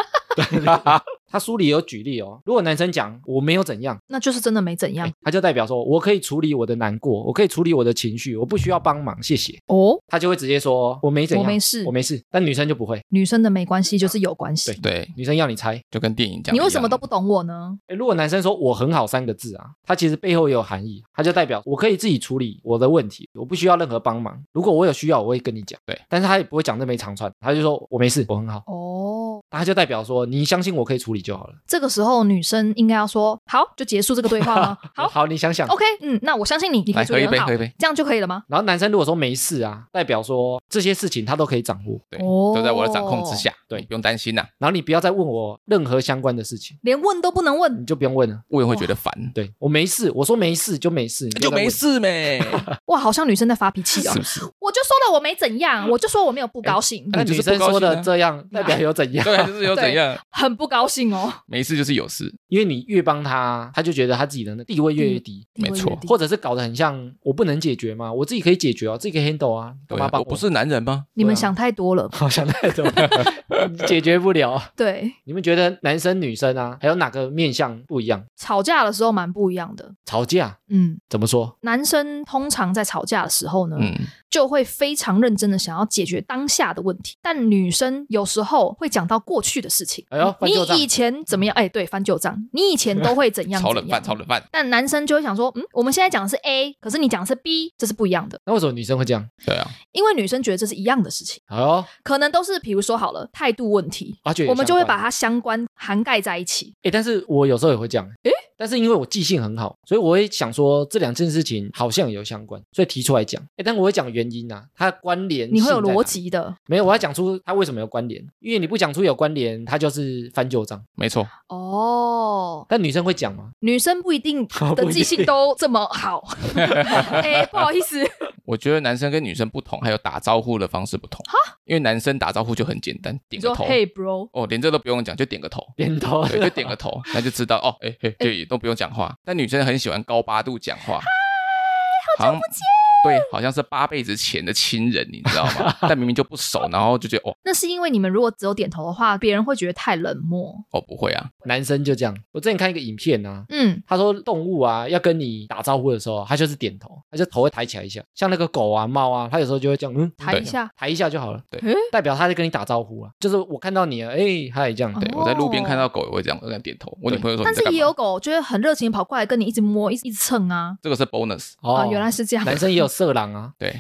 S1: 他书里有举例哦，如果男生讲我没有怎样，
S2: 那就是真的没怎
S3: 哎
S2: 样
S1: 哎他就代表说我可以处理我的难过，我可以处理我的情绪，我不需要帮忙，谢谢。
S2: 哦。
S1: 他就会直接说我没怎样，
S2: 我没事
S1: 我没事。但女生就不会，
S2: 女生的没关系就是有关系。
S3: 对，
S1: 女生要你猜。
S3: 就跟电影讲的一样，
S2: 你为什么都不懂我呢？
S1: 诶如果男生说“我很好”三个字啊，他其实背后也有含义，他就代表我可以自己处理我的问题，我不需要任何帮忙。如果我有需要，我会跟你讲。
S3: 对，
S1: 但是他也不会讲那没长串，他就说我没事，我很好。
S2: 哦，
S1: 他就代表说你相信我可以处理就好了。
S2: 这个时候女生应该要说好，就结束这个对话 吗？好
S1: 好，你想想。
S2: ，OK，嗯，那我相信你，你可以
S3: 来
S2: 做
S3: 喝
S2: 得
S3: 一
S2: 很
S3: 杯，
S2: 好，
S3: 喝一杯？
S2: 这样就可以了吗？
S1: 然后男生如果说没事啊，代表说这些事情他都可以掌握，
S3: 对，
S2: 哦
S3: 都在我的掌控之下，
S1: 对
S3: 你不用担心呐、啊
S1: 然后你不要再问我任何相关的事情，
S2: 连问都不能问
S1: 你，就不用问了。
S3: 我也会觉得烦，
S1: 对我没事，我说没事就没事，你
S3: 就
S1: 不要再
S3: 没
S1: 问。
S3: 事 呗，
S2: 哇，好像女生在发脾气哦
S3: 是。不是？
S2: 我就说了我没怎样，我就说我没有不高兴，
S1: 那
S3: 你就
S1: 女
S3: 是
S1: 生
S3: 不高
S1: 说
S3: 兴
S1: 的
S3: 啊
S1: 这 样，代表有怎样？
S3: 对啊，就是有怎样，
S2: 很不高兴哦。
S3: 没事就是有事，
S1: 因为你越帮他，他就觉得他自己的那地位
S3: 嗯
S1: 越低，
S3: 没错
S2: 地位越低
S1: 或者是搞得很像我不能解决嘛，我自己可以解决啊，自己可以 handle 啊，干
S3: 对
S1: 嘛
S3: 啊，
S1: 帮
S3: 我不是男人吗？
S2: 你们想太多了。
S1: 好想太多， 解决不了。
S2: 对，
S1: 你们觉得男生女生啊，还有哪个面相不一样？
S2: 吵架的时候蛮不一样的。
S1: 吵架
S2: 嗯，
S1: 怎么说？
S2: 男生通常在吵架的时候呢，
S3: 嗯，
S2: 就会非常认真的想要解决当下的问题，但女生有时候会讲到过去的事情。
S1: 哎呦翻旧账
S2: 你以前怎么样？哎，对，翻旧账，你以前都会 怎样？
S3: 炒冷饭，
S2: 怎
S3: 炒
S2: 样。
S3: 冷饭。
S2: 但男生就会想说，嗯，我们现在讲的是 A，可是你讲的是 B，这是不一样的，
S1: 那为什么女生会这样？
S3: 对啊，
S2: 因为女生觉得这是一样的事情，
S1: 哎呦，
S2: 可能都是比如说好了态度问题，
S1: 而且
S2: 我们就会把
S1: 哎、
S2: 它相关涵盖在一起。
S1: 诶但是我有时候也会这样，哎，但是因为我记性很好，所以我会想说这两件事情好像有相关，所以提出来讲。哎，但我会讲原因啊，它的关联
S2: 你会有
S1: 性在哪
S2: 逻辑的
S1: 没有，我要讲出它为什么有关联，因为你不讲出有关联，它就是翻旧账。
S3: 没错，
S2: 哦。
S1: 但女生会讲 吗？
S2: 女生不一定
S1: 不一
S2: 的
S1: 定。
S2: 记性都这么好，哎、不好意思，
S3: 我觉得男生跟女生不同，还有打招呼的方式不同。因为男生打招呼就很简单，
S2: 你
S3: 点个
S2: 说
S3: 头。
S2: Hey bro，
S3: 哦，连这都不用讲，就点个头
S1: 点头，
S3: 对，就点个头，那就知道哦，哎、嘿，对，都不用讲话。但女生很喜欢高八度讲话，好像对，好像是八辈子前的亲人，你知道吗？ 但明明就不熟，然后就觉得哦
S2: 那是因为你们如果只有点头的话，别人会觉得太冷漠。
S3: 哦不会啊，
S1: 男生就这样。我之前看一个影片啊，
S2: 嗯，
S1: 他说动物啊要跟你打招呼的时候，它啊就是点头，它就头会抬起来一下，像那个狗啊、猫啊，它有时候就会这样，嗯，
S2: 抬一下，
S1: 抬一下就好了，
S3: 对
S2: 诶
S1: 代表它在跟你打招呼啊，就是我看到你了，哎、嗨，这样，
S2: 哦
S3: 对、我在路边看到狗也会这样，我这样点头。我女朋友说
S2: 但
S3: 你在
S2: 是
S3: 干
S2: 也有
S3: 嘛？
S2: 狗就会很热情地跑过来跟你一直摸，一直一直蹭啊。
S3: 这个是 bonus，
S1: 哦
S2: 啊，原来是这样。
S1: 男生也有色狼啊，
S3: 对，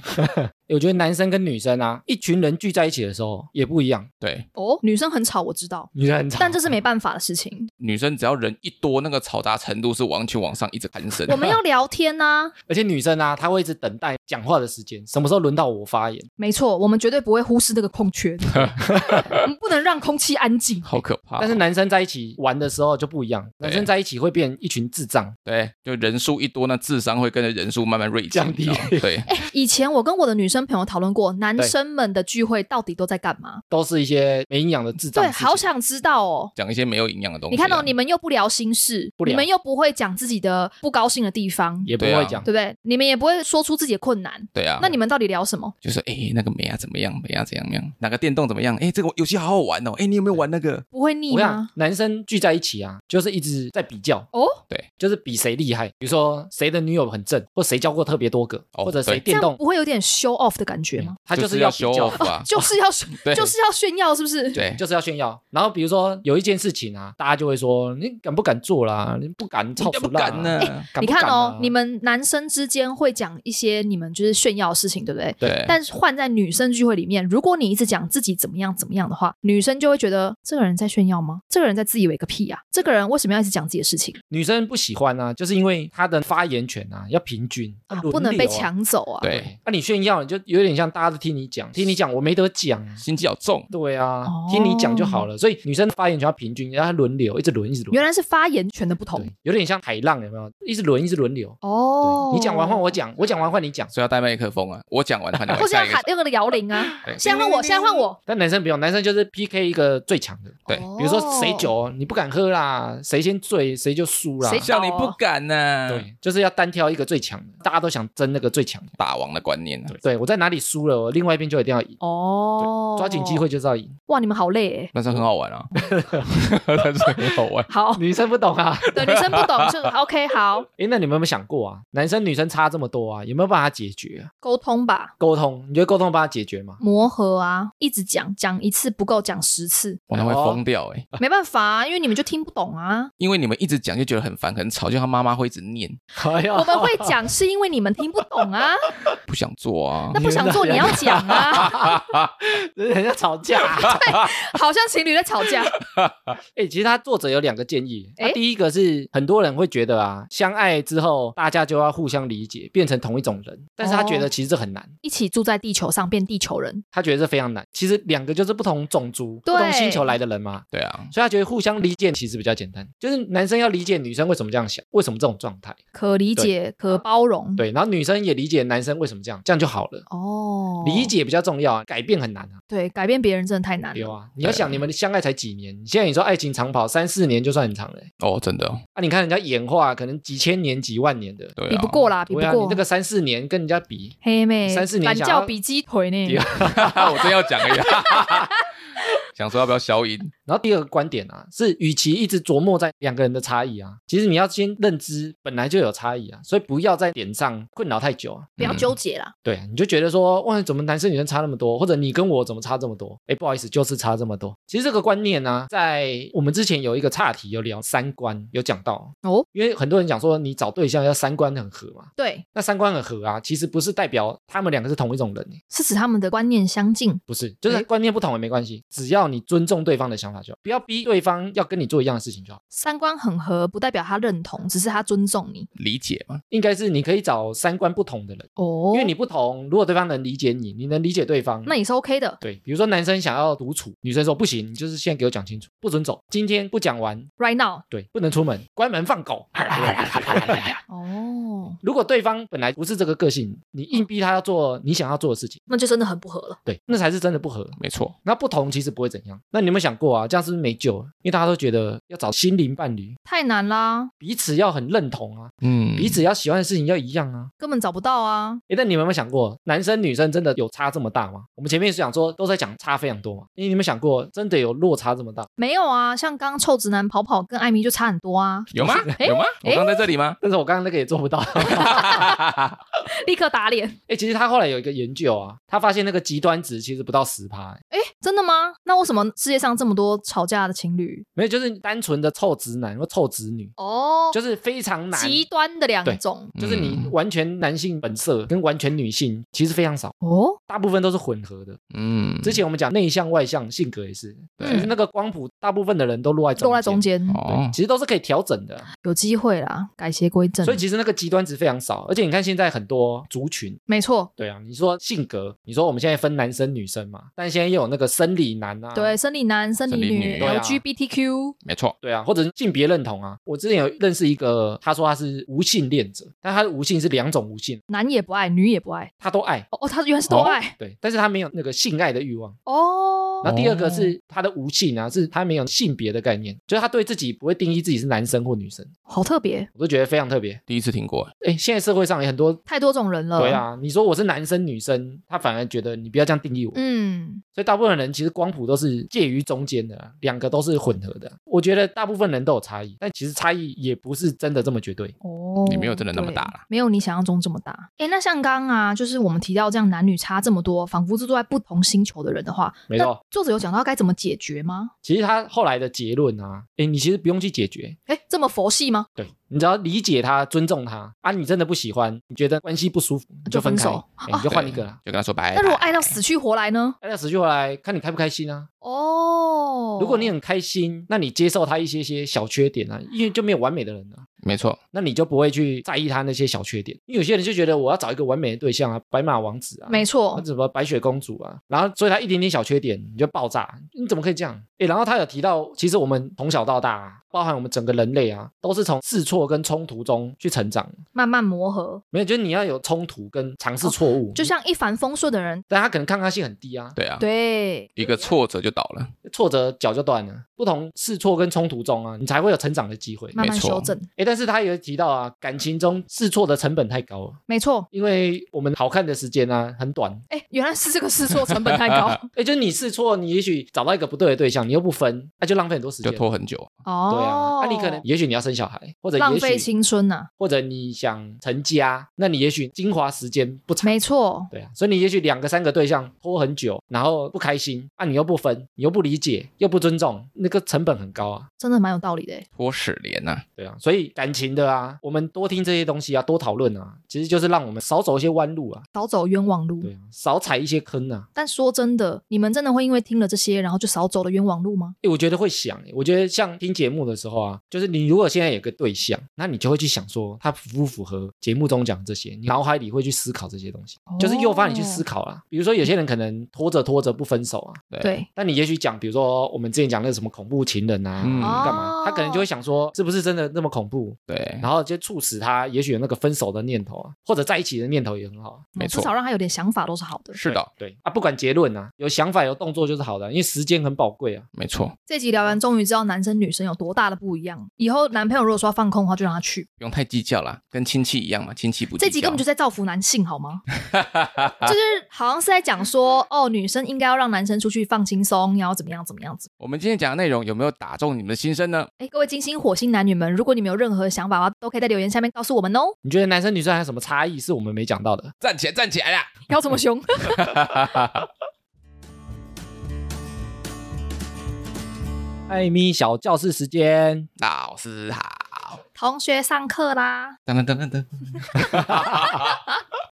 S1: 我觉得男生跟女生啊，一群人聚在一起的时候也不一样，
S3: 对，
S2: 哦，女生很吵，我知道，
S1: 女生很吵，嗯
S2: 但这是没办法的事情。
S3: 女生只要人一多，那个嘈杂程度是完全往上一直攀升。
S2: 我们要聊天呐、
S1: 而且女生啊，她会一直等待讲话的时间，什么时候轮到我发言？
S2: 没错，我们绝对不会忽视这个空缺， 我 们不能让空气安静。
S3: 好可怕哦、
S1: 但是男生在一起玩的时候就不一样，男生在一起会变一群智障，
S3: 对，就人数一多，那智商会跟着人数慢慢锐减
S1: 降低
S3: 你 知道吗对，
S2: 哎以前我跟我的女生朋友讨论过，男生们的聚会到底都在干嘛？
S1: 都是一些没营养的智障
S2: 对，
S1: 事情。
S2: 好想知道哦。
S3: 讲一些没有营养的东西、啊
S2: 你看哦到、你，们又不聊心事
S1: 不，聊
S2: 你们又不会讲自己的不高兴的地方，
S1: 也不
S3: 对啊
S1: 会讲
S2: 对。不对？你们也不会说出自己的困难，
S3: 对啊，
S2: 那你们到底聊什么？
S3: 就是哎、那个美啊怎么样？美啊怎样怎样？哪个电动怎么样？哎、这个游戏好好玩哦！哎、你有没有玩那个？
S2: 不会腻
S1: 我想
S2: 吗？
S1: 男生聚在一起啊，就是一直在比较，
S2: 哦，
S1: 就是比谁厉害，比如说谁的女友很正，或谁交过特别多个，
S3: 哦
S1: 或者谁
S3: 对
S2: 这
S1: 电
S2: 样
S1: 动
S2: 不，会有点 show off 的感觉吗？
S1: 嗯他
S3: 就是要
S1: 比
S3: show
S1: 较
S3: off 啊，
S2: 就是要
S3: 对
S2: 就是要炫耀，是不是？
S3: 对，
S1: 就是要炫耀。然后比如说有一件事情啊，大家就会说你敢不敢做啦？你不敢，操
S3: 你
S1: 死
S3: 不
S1: 啦
S3: 敢呢？？
S1: 敢
S2: 你
S1: 不
S2: 看
S1: 敢
S2: 哦
S1: 啊，
S2: 你们男生之间会讲一些你们就是炫耀的事情，对不对？
S3: 对，
S2: 但是换在女生聚会里面，如果你一直讲自己怎么样怎么样的话，女生就会觉得这个人在炫耀吗？这个人在自以为个屁啊！这个人为什么要一直讲自己的事情
S1: 女生不喜欢啊，就是因为她的发言权啊要平均，
S2: 啊？
S1: 轮
S2: 不能
S1: 流
S2: 被
S1: 啊。
S2: 抢走啊！
S3: 对，
S1: 那、你炫耀，你就有点像大家都听你讲，听你讲，我没得讲。
S3: 心机好重，
S1: 对啊，
S2: 哦
S1: 听你讲就好了。所以女生发言权要平均，然后轮流，一直轮，一直轮。
S2: 原来是发言权的不同
S1: 对，有点像海浪，有没有？一直轮，一直轮流。
S2: 哦。
S1: 对你讲完换我，讲，我讲完换你讲。
S3: 所以要带麦克风啊！我讲完换你来
S2: 哦或是要
S3: 下一
S2: 喊
S3: 个。
S2: 那个摇铃 啊！
S3: 对
S2: 现在换我，现在 换我。
S1: 但男生不用，男生就是 PK 一个最强的。
S3: 对
S2: 哦
S1: 比如说谁酒你不敢喝啦，谁先醉谁就输啦
S2: 谁。
S3: 像你不敢呢、
S1: 对，就是要单挑一个最强
S2: 哦
S1: 的，大家都想争那个最强的。
S3: 大王的观念啊。
S1: 对我在哪里输了，我另外一边就一定要赢，
S2: 哦，
S1: 抓紧机会就是要赢。
S2: 哇！你们好累哎。
S3: 但是很好玩 啊，但是很好 玩。
S2: 好，
S1: 女生不懂 啊，
S2: 对女生不懂就 OK，好
S1: 诶，那你们有没有想过啊？男生女生差这么多啊，有没有办法解决、啊、
S2: 沟通吧，
S1: 沟通？你觉得沟通帮他解决 吗？
S2: 磨合啊，一直讲讲一次不够，讲十次，
S3: 我那会疯掉哎、
S2: 没办法啊，因为你们就听不懂啊。
S3: 因为你们一直讲就觉得很烦很吵，就他妈妈会一直念，
S1: 哎呀
S2: 我们会讲是因为你们听不懂啊，
S3: 不想做啊
S2: 那。不想做你要讲啊，
S1: 人家吵架、
S2: 好像情侣在吵架。
S1: 哎、其实他作者有两个建议。他
S2: 诶
S1: 第一个是很多人会觉得啊，相爱之后大家就要互相理解，变成同一种人。但是他觉得
S2: 哦
S1: 其实这很难，
S2: 一起住在地球上变地球人，
S1: 他觉得这非常难。其实两个就是不同种族、不
S2: 对
S1: 同星球来的人嘛，
S3: 对啊，
S1: 所以他觉得互相理解其实比较简单。就是男生要理解女生为什么这样想，为什么这种状态，
S2: 可理解，可包容。，
S1: 对，然后女生也理解男生为什么这样，这样就好了。
S2: 哦，
S1: 理解比较重要啊，改变很难啊。
S2: 对，改变别人真的太难
S1: 有
S2: 了。
S1: 啊，你要想你们相爱才几年，现在你说爱情长跑三四年就算很长了欸、
S3: 哦，真的哦，
S1: 啊，你看人家演化可能几千年、几万年的，
S3: 对啊，
S2: 比不过啦，比不
S1: 对啊，你
S2: 过
S1: 这。个三四年跟人家比，
S2: 黑妹，
S1: 三四年
S2: 懒
S1: 想要
S2: 觉比鸡腿呢
S1: 对。
S3: 我真要讲一下， 想说要不要消音？
S1: 然后第二个观点啊，是与其一直琢磨在两个人的差异啊，其实你要先认知本来就有差异啊，所以不要在点上困扰太久啊。
S2: 不要纠结啦，
S1: 对啊，你就觉得说，哇，怎么男生女生差那么多，或者你跟我怎么差这么多？哎，不好意思，就是差这么多。其实这个观念呢、在我们之前有一个岔题，有聊三观，有讲到
S2: 哦，
S1: 因为很多人讲说，你找对象要三观很合嘛，
S2: 对，
S1: 那三观很合啊，其实不是代表他们两个是同一种人欸、
S2: 是指他们的观念相近。
S1: 不是，就是
S2: 诶
S1: 观念不同也没关系，只要你尊重对方的想法就好，不要逼对方要跟你做一样的事情就好。
S2: 三观很合，不代表他认同，只是他尊重你
S3: 理解嘛，
S1: 应该是你可以找三观不同的人，
S2: 哦
S1: 因为你不同，如果对方能理解你，你能理解对方，
S2: 那也是 OK 的
S1: 对，比如说男生想要独处，女生说不行，你就是现在给我讲清楚，不准走，今天不讲完，
S2: ，right now。
S1: 对，不能出门，关门放狗。
S2: 哦，
S1: 如果对方本来不是这个个性，你硬逼他要做你想要做的事情，
S2: 那就真的很不合了。
S1: 对，那才是真的不合。
S3: 没错，
S1: 那不同其实不会怎样。那你有没有想过啊？这样是不是没救了？因为大家都觉得要找心灵伴侣，
S2: 太难啦，
S1: 彼此要很认同啊，
S3: 嗯，
S1: 彼此要喜欢的事情要一样啊。
S2: 根本找不到啊。
S1: 诶，但你们有没有想过，男生女生真的有差这么大吗？我们前面是讲说都在讲差非常多嘛，诶你有没有想过，真的有落差这么大？
S2: 没有啊，像刚刚臭直男跑跑跟艾米就差很多啊。
S3: 有吗？
S2: 诶
S3: 有吗？
S2: 诶
S3: 我刚在这里吗？
S1: 但是我刚刚那个也做不到，
S2: 立刻打脸。
S1: 哎、其实他后来有一个研究啊，他发现那个极端值其实不到十趴、欸，
S2: 哎，真的吗？那为什么世界上这么多吵架的情侣？
S1: 没有，就是单纯的臭直男或臭直女，
S2: 哦，
S1: 就是非常难，
S2: 极端的两
S1: 对嗯
S2: 种。
S1: 就是
S3: 嗯
S1: 你完全男性本色跟完全女性其实非常少，
S2: 哦，
S1: 大部分都是混合的。
S3: 嗯，嗯
S1: 之前我们讲内向外向性格也是，
S3: 对
S1: 就是那个光谱，大部分的人都落在
S2: 落在中
S1: 间。
S2: 间，
S3: 哦
S1: 对，其实都是可以调整 的，
S2: 有机会啦，改邪归正。
S1: 所以其实那个极端值非常少，而且你看现在很多族群，
S2: 没错，
S1: 对啊，你说性格，你说我们现在分男生女生嘛，但现在又有那个生理男啊，
S2: 对，生理男、生理
S3: 生理
S2: 女、
S3: 女
S1: 对啊
S2: LGBTQ，
S3: 没错，
S1: 对啊，或者是性别认同啊。我之前有认识一个，他说他是无性恋者，但他的无性是两种无性，
S2: 男也不爱，女也不爱。
S1: 他都爱，
S2: 哦，哦他原来是都
S3: 哦
S2: 爱
S1: 对，但是他没有那个性爱的欲望。
S2: 哦
S1: 然后第二个是他的无性啊，是他没有性别的概念，就是他对自己不会定义自己是男生或女生，
S2: 好特别，
S1: 我都觉得非常特别。
S3: 第一次听过，
S1: 哎，现在社会上也很多，
S2: 太多种人了。
S1: 对，啊，你说我是男生女生，他反而觉得你不要这样定义我，
S2: 嗯，
S1: 所以大部分人其实光谱都是介于中间的啊，两个都是混合的啊。我觉得大部分人都有差异，但其实差异也不是真的这么绝对。
S2: 哦，
S3: 你没有真的那么大
S2: 对
S3: 啦，
S2: 没有你想象中这么大。哎，那像刚刚啊，就是我们提到这样男女差这么多，仿佛是住在不同星球的人的话，
S1: 没错
S2: 那作者有讲到该怎么解决吗？
S1: 其实他后来的结论啊，哎，你其实不用去解决，
S2: 哎，这么佛系吗？
S1: 对你只要理解他、尊重他啊，你真的不喜欢，你觉得关系不舒服，你
S2: 就
S1: 分开，
S2: 分手
S1: 诶你就换一个啦。
S3: 就跟他说拜
S2: 那
S3: 拜。
S2: 如果爱到死去活来呢？
S1: 哎，那死去活来，看你开不开心啊。
S2: 哦，
S1: 如果你很开心，那你接受他一些些小缺点啊，因为就没有完美的人啊，
S3: 没错，
S1: 那你就不会去在意他那些小缺点。因为有些人就觉得我要找一个完美的对象啊，白马王子啊，
S2: 没错
S1: 那，什么白雪公主啊，然后所以她一点点小缺点你就爆炸，你怎么可以这样？诶，然后她有提到，其实我们从小到大、啊，包含我们整个人类啊，都是从试错跟冲突中去成长的。
S2: 慢慢磨合，
S1: 没有，就是你要有冲突跟尝
S3: 哦
S1: 试错误，
S2: 就像一帆风顺的人，
S1: 但他可能抗压性很低嗯啊，
S3: 对啊，
S2: 对，
S3: 一个挫折就倒了，
S1: 挫折脚就断了。不同试错跟冲突中啊，你才会有成长的机会。
S2: 慢慢
S3: 没错
S2: 修正，
S1: 诶，但是他也提到啊，感情中试错的成本太高了，
S2: 没错。
S1: 因为我们好看的时间啊很短，
S2: 哎，原来是这个试错成本太 高
S1: 诶，就是你试错，你也许找到一个不对的对象，你又不分，那、就浪费很多时
S3: 就
S1: 间。啊
S3: 拖很久。
S2: 哦。
S1: 对啊，那、你可能也许你要生小孩，或者
S2: 浪
S1: 也
S2: 费
S1: 许
S2: 青春啊呐、
S1: 或者你想成家，那你也许精华时间不长。
S2: 没错，
S1: 对啊，所以你也许两个三个对象拖很久，然后不开心啊，你又不分，你又不理解，又不尊重，那个成本很高啊。
S2: 真的蛮有道理的欸。
S3: 拖屎连呐、
S1: 对啊，所以感情的啊，我们多听这些东西啊，多讨论啊，其实就是让我们少走一些弯路啊，
S2: 少走冤枉路
S1: 对。啊，少踩一些坑啊。
S2: 但说真的，你们真的会因为听了这些，然后就少走了冤枉路吗？
S1: 诶，我觉得会想，我觉得像听节目的时候啊，就是你如果现在有个对象，那你就会去想说他符不符合节目中讲这些，你脑海里会去思考这些东西，就是诱发你去思
S2: 考。
S1: 考啦。比如说有些人可能拖着拖着不分手啊，
S2: 对，
S1: 但你也许讲，比如说我们之前讲那个什么恐怖情人啊，
S3: 嗯
S1: 干嘛
S2: 哦，
S1: 他可能就会想说，是不是真的那么恐怖？
S3: 对，
S1: 然后就促使他，也许有那个分手的念头啊，或者在一起的念头也很好啊。
S3: 没
S2: 哦
S3: 错
S2: 至少让他有点想法都是好的。
S3: 是的，
S1: 对啊，不管结论啊，有想法有动作就是好的啊，因为时间很宝贵啊。
S3: 没错，
S2: 这集聊
S3: 嗯
S2: 完，终于知道男生女生有多大的不一样。以后男朋友如果说要放空的话，就让他去。
S3: 不用太计较啦，跟亲戚一样嘛，亲戚不计较。
S2: 这集根本就在造福男性，好 吗？就是好像是在讲说，哦，女生应该要让男生出去放轻松，然后怎么样怎么样子。
S3: 我们今天讲的内容有没有打中你们的心声呢？
S2: 哎，各位金星火星男女们，如果你们有任何想法的话，都可以在留言下面告诉我们哦。
S1: 你觉得男生女生还有什么差异是我们没讲到的？
S3: 站起来，站起来啦！
S2: 要这么 凶？
S1: 艾米小教室时间，
S3: 老师好，
S2: 同学上课啦，
S3: 噔噔噔噔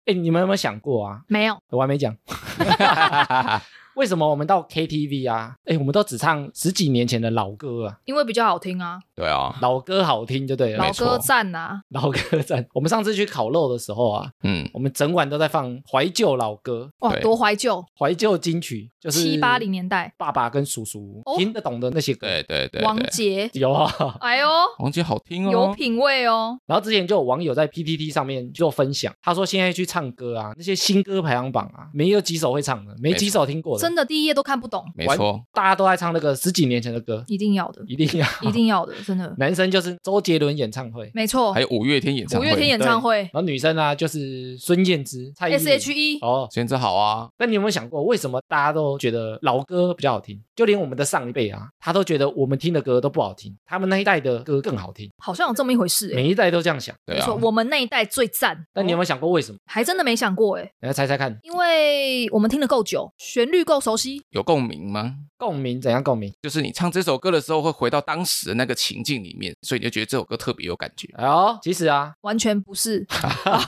S1: 哎，你们有没有想过啊？
S2: 没有，
S1: 我还没讲，
S3: 噔，
S1: 为什么我们到 KTV 啊，哎，我们都只唱十几年前的老歌啊，
S2: 因为比较好听啊，
S3: 对啊，
S1: 老歌好听就对了
S2: 老
S3: 没。错
S2: 歌赞啊，
S1: 老歌赞，我们上次去烤肉的时候啊，
S3: 嗯，
S1: 我们整晚都在放怀旧老歌、
S2: 哇，
S3: 对
S2: 多怀旧，
S1: 怀旧金曲，就是
S2: 七八零年代，
S1: 爸爸跟叔叔
S2: 哦
S1: 听得懂的那些歌。
S3: 对对对
S2: 王
S3: 对，
S2: 杰，
S1: 有啊，
S2: 哎呦，
S3: 王杰好听
S2: 有
S3: 哦，
S2: 品味哦，
S1: 然后之前就有网友在 PTT 上面就分享，他说现在去唱歌啊，那些新歌排行榜啊，没有几首会唱的，没几首听过的。
S2: 真的第一页都看不懂，
S3: 没错，
S1: 大家都在唱那个十几年前的歌，
S2: 一定要的，
S1: 一定要
S2: 一定要的，真的，
S1: 男生就是周杰伦演唱会，
S2: 没错
S3: 还。有五月天演唱
S2: 五
S3: 会，
S2: 月天演唱会
S1: 然后女生啊就是孙燕姿、蔡依林。
S2: ，S H E，
S1: 哦，
S3: 孙燕姿好啊，
S1: 那你有没有想过，为什么大家都觉得老歌比较好听？就连我们的上一辈啊，他都觉得我们听的歌都不好听，他们那一代的歌更好听，
S2: 好像有这么一回事、欸。
S1: 每一代都这样想。
S3: 对
S2: 没
S3: 啊
S2: 错，，我们那一代最赞。
S1: 那你有没
S2: 有？
S1: 有想过为什么？
S2: 还真的没想过哎、
S1: 来猜猜看，
S2: 因为我们听的够久，旋律够熟悉，
S3: 有共鸣吗？
S1: 共鸣怎样共鸣？
S3: 就是你唱这首歌的时候，会回到当时的那个情境里面，所以你就觉得这首歌特别有感觉。
S1: 哎呦，其实啊，
S2: 完全 不是。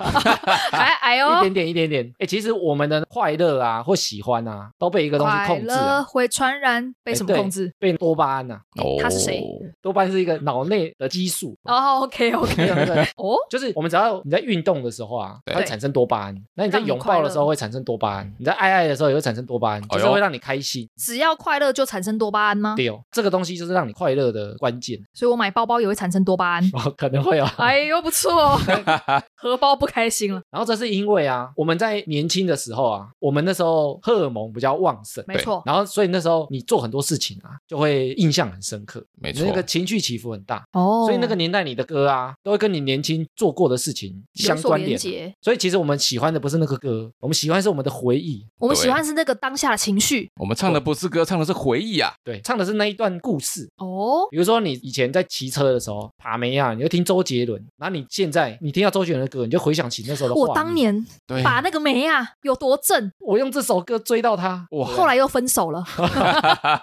S2: 哎哎呦
S1: 一，点点一点点，哎、其实我们的快乐啊或喜欢啊，都被一个东西
S2: 快
S1: 控制、
S2: 乐
S1: 啊，
S2: 会传染，被什么
S1: 哎对
S2: 控制？
S1: 被多巴胺呐、啊，
S3: 哦
S2: 他是谁？
S1: 多巴胺是一个脑内的激素。
S2: 哦，OK
S1: 没有那
S2: OK，
S1: 个
S2: 哦，
S1: 就是我们只要你在运动的时候啊，
S3: 对
S1: 它会产生多巴胺；那你在
S2: 让你
S1: 拥
S2: 快
S1: 抱
S2: 乐
S1: 的时候会产生多巴胺，你在爱爱的时候也会产生多巴胺，
S3: 哎
S1: 就
S3: 呦
S1: 是会让你开心。
S2: 只要快乐就产生多巴胺吗？
S1: 对哦，这个东西就是让你快乐的关键。
S2: 所以我买包包也会产生多巴胺
S1: 哦，可能会哦。
S2: 哎呦，不错，荷包不开心了，
S1: 然后这是因为啊，我们在年轻的时候啊，我们那时候荷尔蒙比较旺盛，
S2: 没错，
S1: 然后所以那时候你做很多事情啊，就会印象很深刻，
S3: 没
S1: 你
S3: 错
S1: 那，个情绪起伏很大。
S2: 哦，
S1: 所以那个年代你的歌啊，都会跟你年轻做过的事情
S2: 有
S1: 相
S2: 所
S1: 关
S2: 连
S1: 联。
S2: 结。
S1: 所以其实我们喜欢的不是那个歌，我们喜欢是我们的回忆。
S2: 我们喜
S3: 对
S2: 欢是那个当下的情绪
S3: 我们唱的不是歌，唱的是回忆啊。
S1: 对，唱的是那一段故事。
S2: 哦，
S1: 比如说你以前在骑车的时候，爬梅啊，你就听周杰伦，然后你现在你听到周杰伦的歌，你就回想起那时候的画
S2: 我当年
S3: 对，
S2: 把那个梅啊有多正，
S1: 我用这首歌追到他，
S3: 哇
S2: 后来又分手了。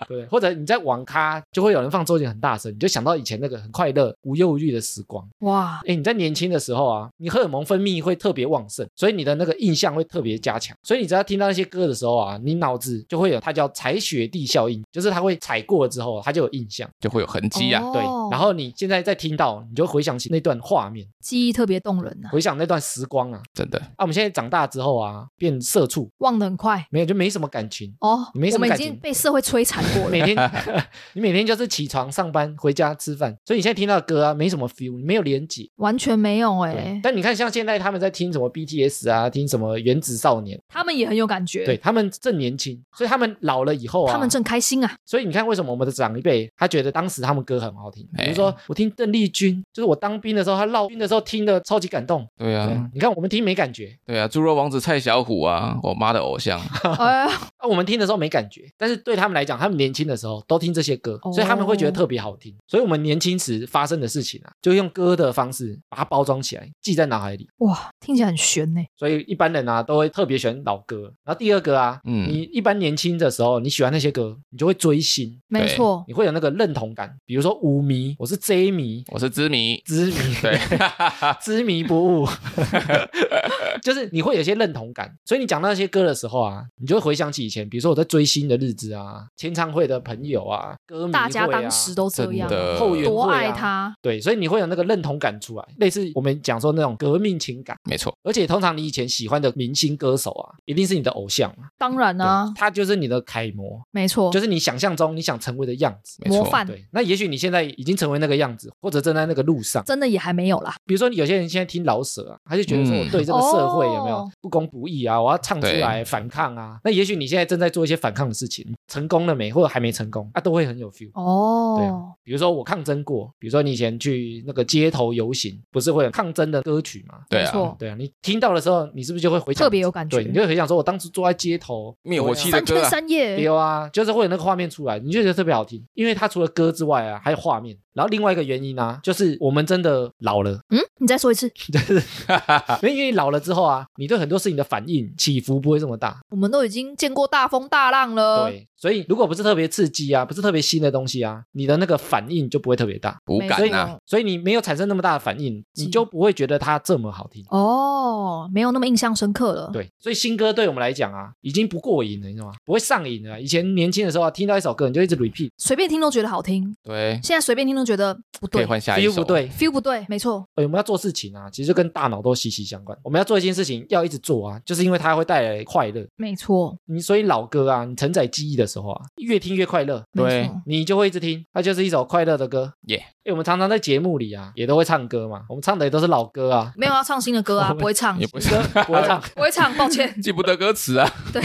S1: 对，或者你在网咖就会有人放周杰伦很大声，你就想到以前那个很快乐、无忧无虑的时光。
S2: 哇，
S1: 哎，你在年轻的时候啊，你荷尔蒙分泌会特别旺盛，所以你的那个印象会特别加强。所以你只要听到那些歌的时候啊，你脑子就会有它叫踩雪地效应，就是它会踩过了之后，它就有印象。
S3: 就会有痕迹啊。
S1: 对，
S2: 哦
S1: 然后你现在再听到，你就回想起那段画面，
S2: 记忆特别动人呐、
S1: 回想那段时光啊。
S3: 真的，
S1: 啊，我们现在长大之后啊，变社畜，
S2: 忘得很快
S1: 没有就没什么感情。
S2: 哦。
S1: 没什
S2: 我
S1: 么
S2: 们已
S1: 感
S2: 经
S1: 情
S2: 被社会摧残过了
S1: 每 天你每天就是起床上班，回家吃饭，所以你现在听到的歌啊，没什么 feel，没有连接。
S2: 完全没有哎、
S1: 对，但你看像现在他们在听什么 BTS 啊，听什么原子少年。
S2: 他们也很有感觉，
S1: 对他们正年轻，所以他们老了以后啊，
S2: 他们正开 心啊，
S1: 所以你看为什么我们的长一辈他觉得当时他们歌很好听，比
S3: 哎
S1: 如说我听邓丽君，就是我当兵的时候，他绕军的时候听的超级感动。
S3: 对
S1: 对
S3: 啊，
S1: 你看我们听没感觉
S3: 对啊，猪肉王子蔡小虎啊，我妈的偶像，
S2: 哎，
S1: 啊，我们听的时候没感觉，但是对他们来讲，他们年轻的时候都听这些歌
S2: 哦，
S1: 所以他们会觉得特别好听。所以我们年轻时发生的事情啊，就用歌的方式把它包装起来，记在脑海里。
S2: 哇，听起来很悬呢、
S1: 所以一般人啊都会特别喜欢老歌。然后第二个啊，
S3: 嗯
S1: 你一般年轻的时候你喜欢那些歌，你就会追星，
S2: 没错，
S1: 你会有那个认同感。比如说舞迷，我是 J 迷、
S3: 我是知 迷，
S1: 知迷，
S3: 对，
S1: 知迷不悟， 就是你会有些认同感。所以你讲到那些歌的时候啊，你就会回想起以前，比如说我在追星的日子啊，签唱会的朋友啊，歌迷会啊，
S2: 大家当时都这样
S3: 真，的
S1: 后援
S2: 多
S1: 会啊
S2: 爱。他，
S1: 对，所以你会有那个认同感出来，类似我们讲说那种革命情感。
S3: 没错，
S1: 而且通常你以前喜欢的明星歌手啊，一定是你的偶像嘛，
S2: 当然啊
S1: 对，他就是你的楷模，
S2: 没错，
S1: 就是你想象中你想成为的样子。
S3: 没
S2: 模
S3: 错，
S2: 范
S1: 对，那也许你现在已经成为那个样子，或者正在那个路上。
S2: 真的也还没有啦，
S1: 比如说，有些人现在听老舍啊，他就觉得说
S3: 嗯
S1: 我对这个社会有没有
S2: 哦
S1: 不公不义啊，我要唱出来反抗啊。那也许你现在正在做一些反抗的事情，成功了没，或者还没成功，啊，都会很有 feel。对
S2: 哦
S1: 啊，比如说我抗争过，比如说你以前去那个街头游行，不是会有抗争的歌曲嘛？
S3: 对
S2: 没
S3: 啊，
S2: 错，
S1: 对啊，你听到的时候，你是不是就会回想
S2: 哦特别有感觉
S1: 对，你就会回想说，我当初坐在街头
S3: 灭火器记得
S2: 三
S3: 歌啊
S2: 天三夜，
S1: 有啊，就是会有那个画面出来，你就觉得特别好听，因为它除了歌之外啊，还有画面。然后另外一个原因呢、啊就是我们真的老了，
S2: 嗯，你再说一次，
S1: 因为因为老了之后啊，你对很多事情的反应起伏不会这么大，
S2: 我们都已经见过大风大浪了，
S1: 对，所以如果不是特别刺激啊，不是特别新的东西啊，你的那个反应就不会特别大，
S3: 无
S1: 所
S3: 感啊
S1: 以
S2: 没
S3: 呐
S2: 错，
S1: 所以你没有产生那么大的反应，
S2: 是
S1: 你就不会觉得它这么好听。
S2: 哦，没有那么印象深刻了，
S1: 对，所以新歌对我们来讲啊，已经不过瘾了，你知道吗？不会上瘾了。以前年轻的时候啊，听到一首歌你就一直 repeat，
S2: 随便听都觉得好听，
S3: 对，
S2: 现在随便听都觉得不
S3: 可以
S2: 对
S3: 换下一
S1: feel
S3: 首，啊
S1: 不对，
S2: ，feel 不对，没错，
S1: 呃我们要做事情啊，其实就跟大脑都息息相关。我们要做一件事情，要一直做啊，就是因为它会带来快乐。
S2: 没错，
S1: 你所以老歌啊，你承载记忆的时候啊，越听越快乐，
S2: 没
S3: 对
S2: 错，
S1: 你就会一直听，它就是一首快乐的歌。
S3: 耶，
S1: 因为我们常常在节目里啊，也都会唱歌嘛，我们唱的也都是老歌啊，
S2: 没有要唱新的歌啊，不会唱
S3: 也，不是
S1: 歌不会唱。
S3: ，
S2: 不会唱，抱歉
S3: 记不得歌词啊，
S2: 对。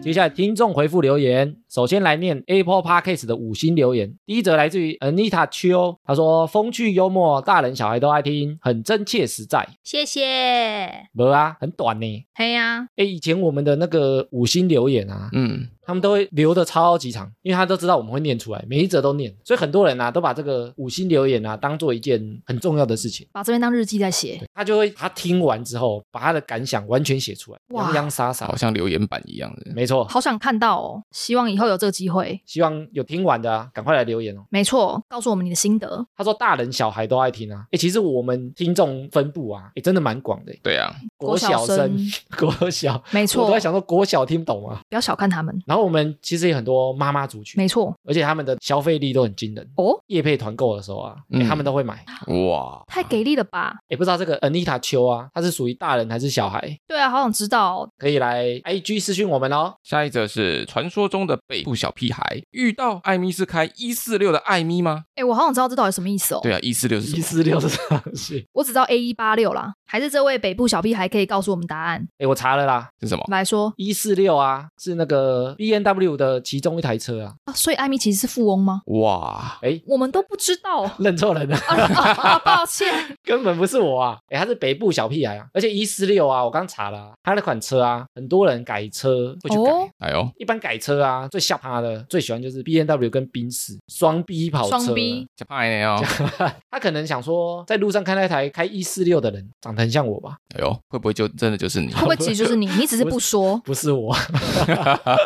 S1: 接下来听众回复留言，首先来念 Apple Podcast 的五星留言。第一则来自于 Anita Chiu，她说：“风趣幽默，大人小孩都爱听，很真切实在。
S2: 谢谢”。
S1: 没啊，很短呢。
S2: 嘿呀、
S1: 哎，以前我们的那个五星留言啊，
S3: 嗯，
S1: 他们都会留的超级长，因为他都知道我们会念出来，每一则都念，所以很多人啊都把这个五星留言啊当做一件很重要的事情。
S2: 把这边当日记在写。
S1: 他就会他听完之后，把他的感想完全写出来，
S2: 哇
S1: 洋洋洒洒
S3: 好，像留言板一样的。
S1: 没错。
S2: 好想看到哦，希望以后有这个机会。
S1: 希望有听完的啊，赶快来留言哦。
S2: 没错，告诉我们你的心得。
S1: 他说大人小孩都爱听啊，诶，其实我们听众分布啊，诶，真的蛮广的诶，
S3: 对啊，
S2: 国小
S1: 小
S2: 生
S1: 生、 国小，
S2: 没
S1: 我
S2: 错
S1: 都在，想说国小听不懂吗？
S2: 不要小看他们。
S1: 然后我们其实有很多妈妈族群，
S2: 没错，
S1: 而且他们的消费力都很惊人。
S2: 哦，
S1: 业配团购的时候啊，诶
S3: 嗯
S1: 他们都会买。
S3: 哇，
S2: 太给力了吧？
S1: 也不知道这个 Anita 秋啊，她是属于大人还是小孩？
S2: 对啊，好想知道哦、
S1: 可以来 IG 私讯我们哦。
S3: 下一则是传说中的北部小屁孩，遇到艾米是开一四六的艾米吗？
S2: 哎，我好想知道这到底什么意思哦。
S3: 对啊，一四六是什
S1: 一
S3: 么？
S1: 四六是上去。
S2: 我只知道 A 一八六啦，还是这位北部小屁孩可以告诉我们答案
S1: 哎，我查了啦，
S3: 是什么？
S2: 来说
S1: 一四六啊，是那个 B N W 的其中一台车啊。
S2: 啊？所以艾米其实是富翁吗？
S3: 哇，
S1: 哎，
S2: 我们都不知道啊
S1: 认错人了，
S2: 啊啊抱歉，
S1: 根本不是我啊！哎，他是北部小屁孩啊，而且一四六啊，我刚查了啊、他那款车啊，很多人改车会去改。
S2: 哦
S3: 哎呦，
S1: 一般改车啊，最吓趴的，最喜欢就是 B N W 跟宾士双 B 跑车啊。
S2: 双 B
S3: 假派呢哦，
S1: 他可能想说，在路上看那台开一四六的人长得很像我吧？
S3: 哎呦，会不会就真的就是你
S2: 会？ 不会其实就是你？你只是不说。
S1: 不是我，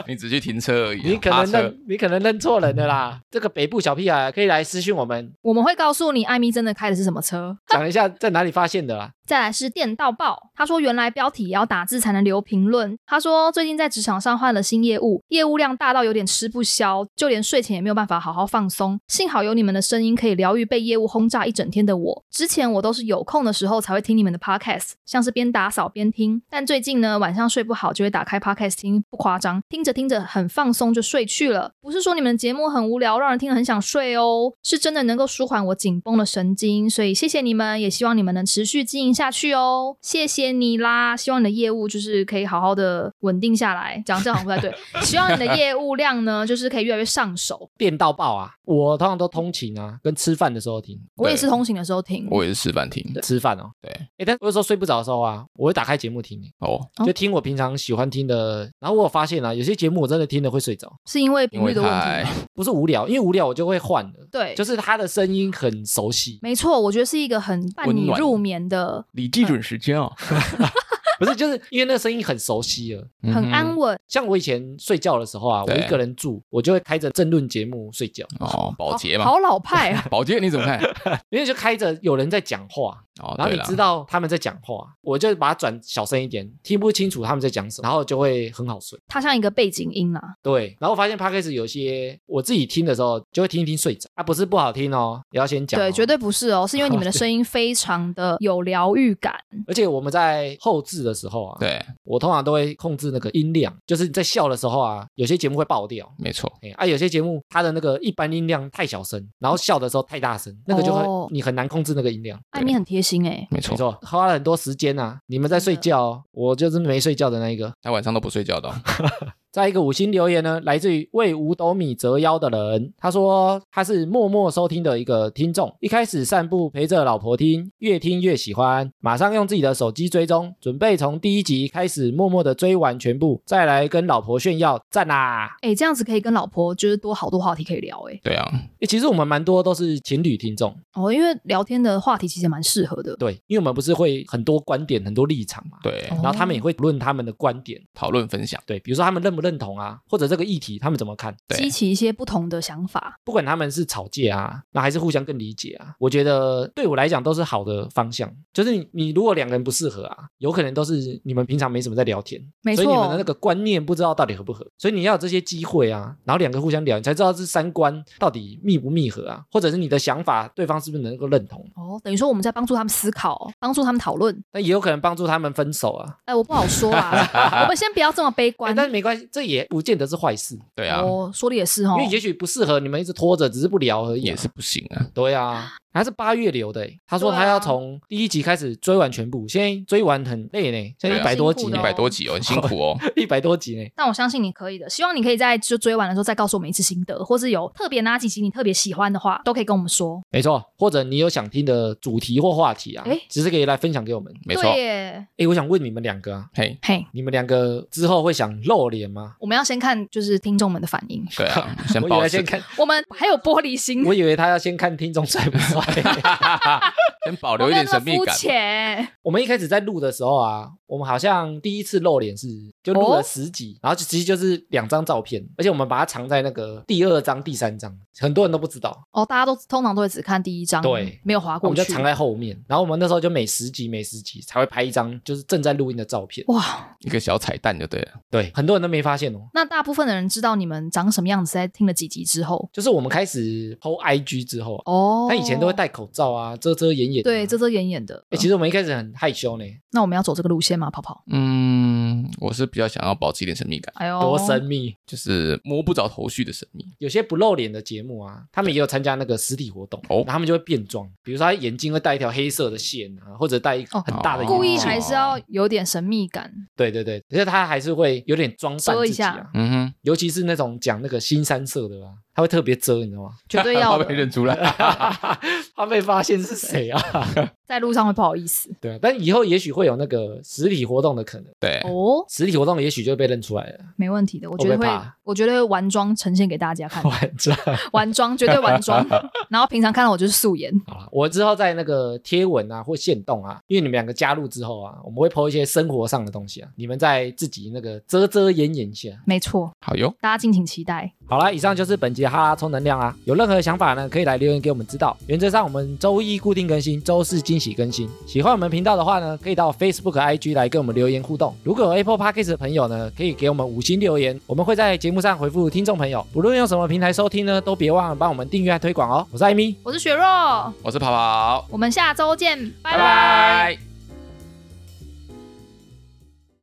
S3: 你只去停车而已啊，
S1: 你可
S3: 趴
S1: 能
S3: 车
S1: 认你可能认错人的啦。这个北部小屁孩可以来私讯我们，
S2: 我们会告诉你艾米真的开的是什么车。
S1: 讲一下在哪里发现的啦。
S2: 再来是电到爆，他说原来标题也要打字才能留评论。他说最近在职场上换了新业务，业务量大到有点吃不消，就连睡前也没有办法好好放松。幸好有你们的声音可以疗愈被业务轰炸一整天的我。之前我都是有空的时候才会听你们的 podcast，像是边打扫边听，但最近呢晚上睡不好就会打开 podcast 听，不夸张，听着听着很放松就睡去了。不是说你们的节目很无聊，让人听了很想睡哦，是真的能够舒缓我紧绷的神经，所以谢谢你们，也希望你们能持续经营下去哦，谢谢你啦，希望你的业务就是可以好好的稳定下来，讲这样好像不太 对，希望你的业务量呢就是可以越来越上手。
S1: 电到爆啊！我通常都通勤
S3: 嗯
S1: 啊，跟吃饭的时候听。
S2: 我也是通行的时候听，
S3: 我也是示范停。
S1: 吃饭哦，
S3: 对
S1: 哎、但我有时候睡不着的时候啊，我会打开节目听、
S3: 哦，
S2: 哦
S1: 就听我平常喜欢听的。然后我有发现啊，有些节目我真的听了会睡着，
S2: 是因为
S3: 因
S2: 频率
S3: 为
S2: 的问
S3: 太
S2: 题 吗。
S1: 不是无聊，因为无聊我就会换了。
S2: 对，
S1: 就是他的声音很熟悉，
S2: 没错，我觉得是一个很伴
S3: 温
S2: 你
S3: 暖
S2: 入眠的、
S3: 李记准时间哦，
S1: 不是就是因为那个声音很熟悉了。
S2: 很安
S3: 稳
S2: 稳、
S1: 像我以前睡觉的时候啊，我
S3: 对
S1: 一个人住，我就会开着政论节目睡觉，
S3: 哦，保洁嘛，！
S2: 好老派啊
S3: 保洁你怎 么看？
S1: 因为就开着有人在讲话，
S3: 哦，
S1: 然后
S3: 对
S1: 你
S3: 了
S1: 知，道他们在讲话，我就把它转小声一点，听不清楚他们在讲什么，然后就会很好睡。
S2: 它像一个背景音啊啦，
S1: 对，然后我发现 podcast 有些我自己听的时候就会听一听睡着，啊，不是不好听哦，也要先讲、
S2: 对，绝
S1: 对。
S2: 对不是哦，是因为你们的声音非常的有疗愈感。
S1: 而且我们在后置的时候啊，
S3: 对，
S1: 我通常都会控制那个音量，就是你在笑的时候啊，有些节目会爆掉。
S3: 没错，
S1: 哎啊，有些节目它的那个一般音量太小声，然后笑的时候太大声，那个就会、
S2: 哦
S1: 你很难控制那个音量。
S2: 艾米很贴心哎、
S3: 没
S1: 没
S3: 错，
S1: 错，花了很多时间啊！你们在睡觉哦，我就是没睡觉的那一个。
S3: 他晚上都不睡觉的哦，
S1: 再一个五星留言呢，来自于为五斗米折腰的人，他说他是默默收听的一个听众，一开始散步陪着老婆听，越听越喜欢，马上用自己的手机追踪，准备从第一集开始默默的追完全部，再来跟老婆炫耀，赞啊啦！
S2: 哎、这样子可以跟老婆就是多好多话题可以聊哎、
S3: 对啊，
S1: 诶其实我们蛮多都是情侣听众，
S2: 哦，因为聊天的话题其实也蛮适合的。
S1: 对，因为我们不是会很多观点、很多立场嘛，
S3: 对，
S2: 哦
S1: 然后他们也会论他们的观点，
S3: 讨论分享，
S1: 对，比如说他们认不认同啊，或者这个议题他们怎么看，
S3: 对
S2: 激起一些不同的想法，
S1: 不管他们是吵架啊，那还是互相更理解啊，我觉得对我来讲都是好的方向。就是你你如果两个人不适合啊，有可能都是你们平常没什么在聊天，
S2: 没
S1: 所以你们的
S2: 错
S1: 那个观念不知道到底合不合，所以你要有这些机会啊，然后两个互相聊，你才知道这三观到底密不密合啊，或者是你的想法对方是不是能够认同，
S2: 哦，等于说我们在帮助他们思考，帮助他们讨论。
S1: 那也有可能帮助他们分手啊。
S2: 哎、我不好说啦，我们先不要这么悲
S1: 哎
S2: 观。
S1: 但是没关系，这也不见得是坏事，
S3: 对啊，
S2: 哦，说的也是哦
S1: 因为，也许不适合你们一直拖着，只是不聊而已、啊。
S3: 也是不行啊，
S1: 对啊，还是八月留的欸、他说
S2: 对啊
S1: 他要从第一集开始追完全部，现在追完很累呢，现在
S3: 对啊
S1: 一百多集
S2: 辛苦
S1: 呢
S2: 的哦
S3: 一百多集哦，很辛苦哦。
S1: 一百多集呢。
S2: 但我相信你可以的，希望你可以在就追完的时候再告诉我们一次心得，或是有特别哪几集你特别喜欢的话，都可以跟我们说。
S1: 没错，或者你有想听的主题或话题啊
S2: 诶，
S1: 只是可以来分享给我们。
S3: 没错
S2: 对，耶，
S1: 哎，我想问你们两个啊，
S3: 嘿，
S2: 嘿，
S1: 你们两个之后会想露脸吗？
S2: 我们要先看就是听众们的反应。
S3: 对 啊，先
S1: 我以
S3: 保
S1: 为
S3: 持
S1: 先看，
S2: 我们还有玻璃心，
S1: 我以为他要先看听众帅不帅。
S3: 先保留一点神秘
S2: 我没有那么
S3: 感
S2: 肤。浅，
S1: 我们一开始在录的时候啊，我们好像第一次露脸是就录了
S2: 哦
S1: 十集，然后就其实就是两张照片，而且我们把它藏在那个第二张、第三张，很多人都不知道，
S2: 哦，大家都通常都会只看第一章，
S1: 对
S2: 没有划
S1: 我
S2: 啊过
S1: 们就
S2: 去。
S1: 藏在后面。然后我们那时候就每十集、每十集才会拍一张，就是正在录音的照片。
S2: 哇，
S3: 一个小彩蛋就对了。
S1: 对，很多人都没发现哦。
S2: 那大部分的人知道你们长什么样子，在听了几集之后，
S1: 就是我们开始 PO IG 之后啊，
S2: 哦，
S1: 他以前都会戴口罩啊，遮遮掩掩的啊。
S2: 对遮遮掩掩的。
S1: 哎、其实我们一开始很害羞呢，
S2: 那我们要走这个路线吗？泡泡，
S3: 嗯，我是比较想要保持一点神秘感，
S2: 哎呦，
S1: 多神秘。
S3: 就是摸不着头绪的神秘。
S1: 有些不露脸的节目啊，他们也有参加那个实体活动，
S3: 哦
S1: 然后他们就会变装，比如说他眼睛会戴一条黑色的线啊，或者戴一个
S2: 哦
S1: 很大的眼镜，
S2: 故意
S3: 哦
S2: 还是要有点神秘 感。
S1: 对对对，而且他还是会有点装扮
S2: 遮一
S1: 自己啊
S2: 下，
S3: 嗯哼，
S1: 尤其是那种讲那个新三色的啊，他会特别遮，你知道吗？
S2: 绝对 要的
S3: 怕被认 出来。
S1: 他被发现是谁啊？
S2: 在路上会不好意思
S1: 对啊，但以后也许会有那个实体活动的可能，
S3: 对，
S2: 哦，
S1: 实体活动也许就被认出来了，
S2: 没问题的，我
S1: 会
S2: 觉
S1: 不哎会
S2: 得会
S1: 怕，，
S2: 我觉得会完妆呈现给大家 看
S1: 完整。
S2: 完妆绝对完妆。然后平常看到我就是素颜，
S1: 好了，我之后在那个贴文啊或线动啊，因为你们两个加入之后啊，我们会 PO 一些生活上的东西啊，你们在自己那个遮遮掩掩一下。
S2: 没错，
S3: 好哟，
S2: 大家敬请期待。
S1: 好啦，以上就是本集的哈拉充能量啊，有任何想法呢，可以来留言给我们知道。原则上我们周一固定更新，周四惊喜更新。喜欢我们频道的话呢，可以到 Facebook、IG 来跟我们留言互动。如果有 Apple Podcast 的朋友呢，可以给我们五星留言，我们会在节目上回复听众朋友。不论用什么平台收听呢，都别忘了帮我们订阅和推广哦。我是艾米，
S2: 我是雪若，
S3: 我是跑跑，
S2: 我们下周见，拜拜
S3: 拜拜。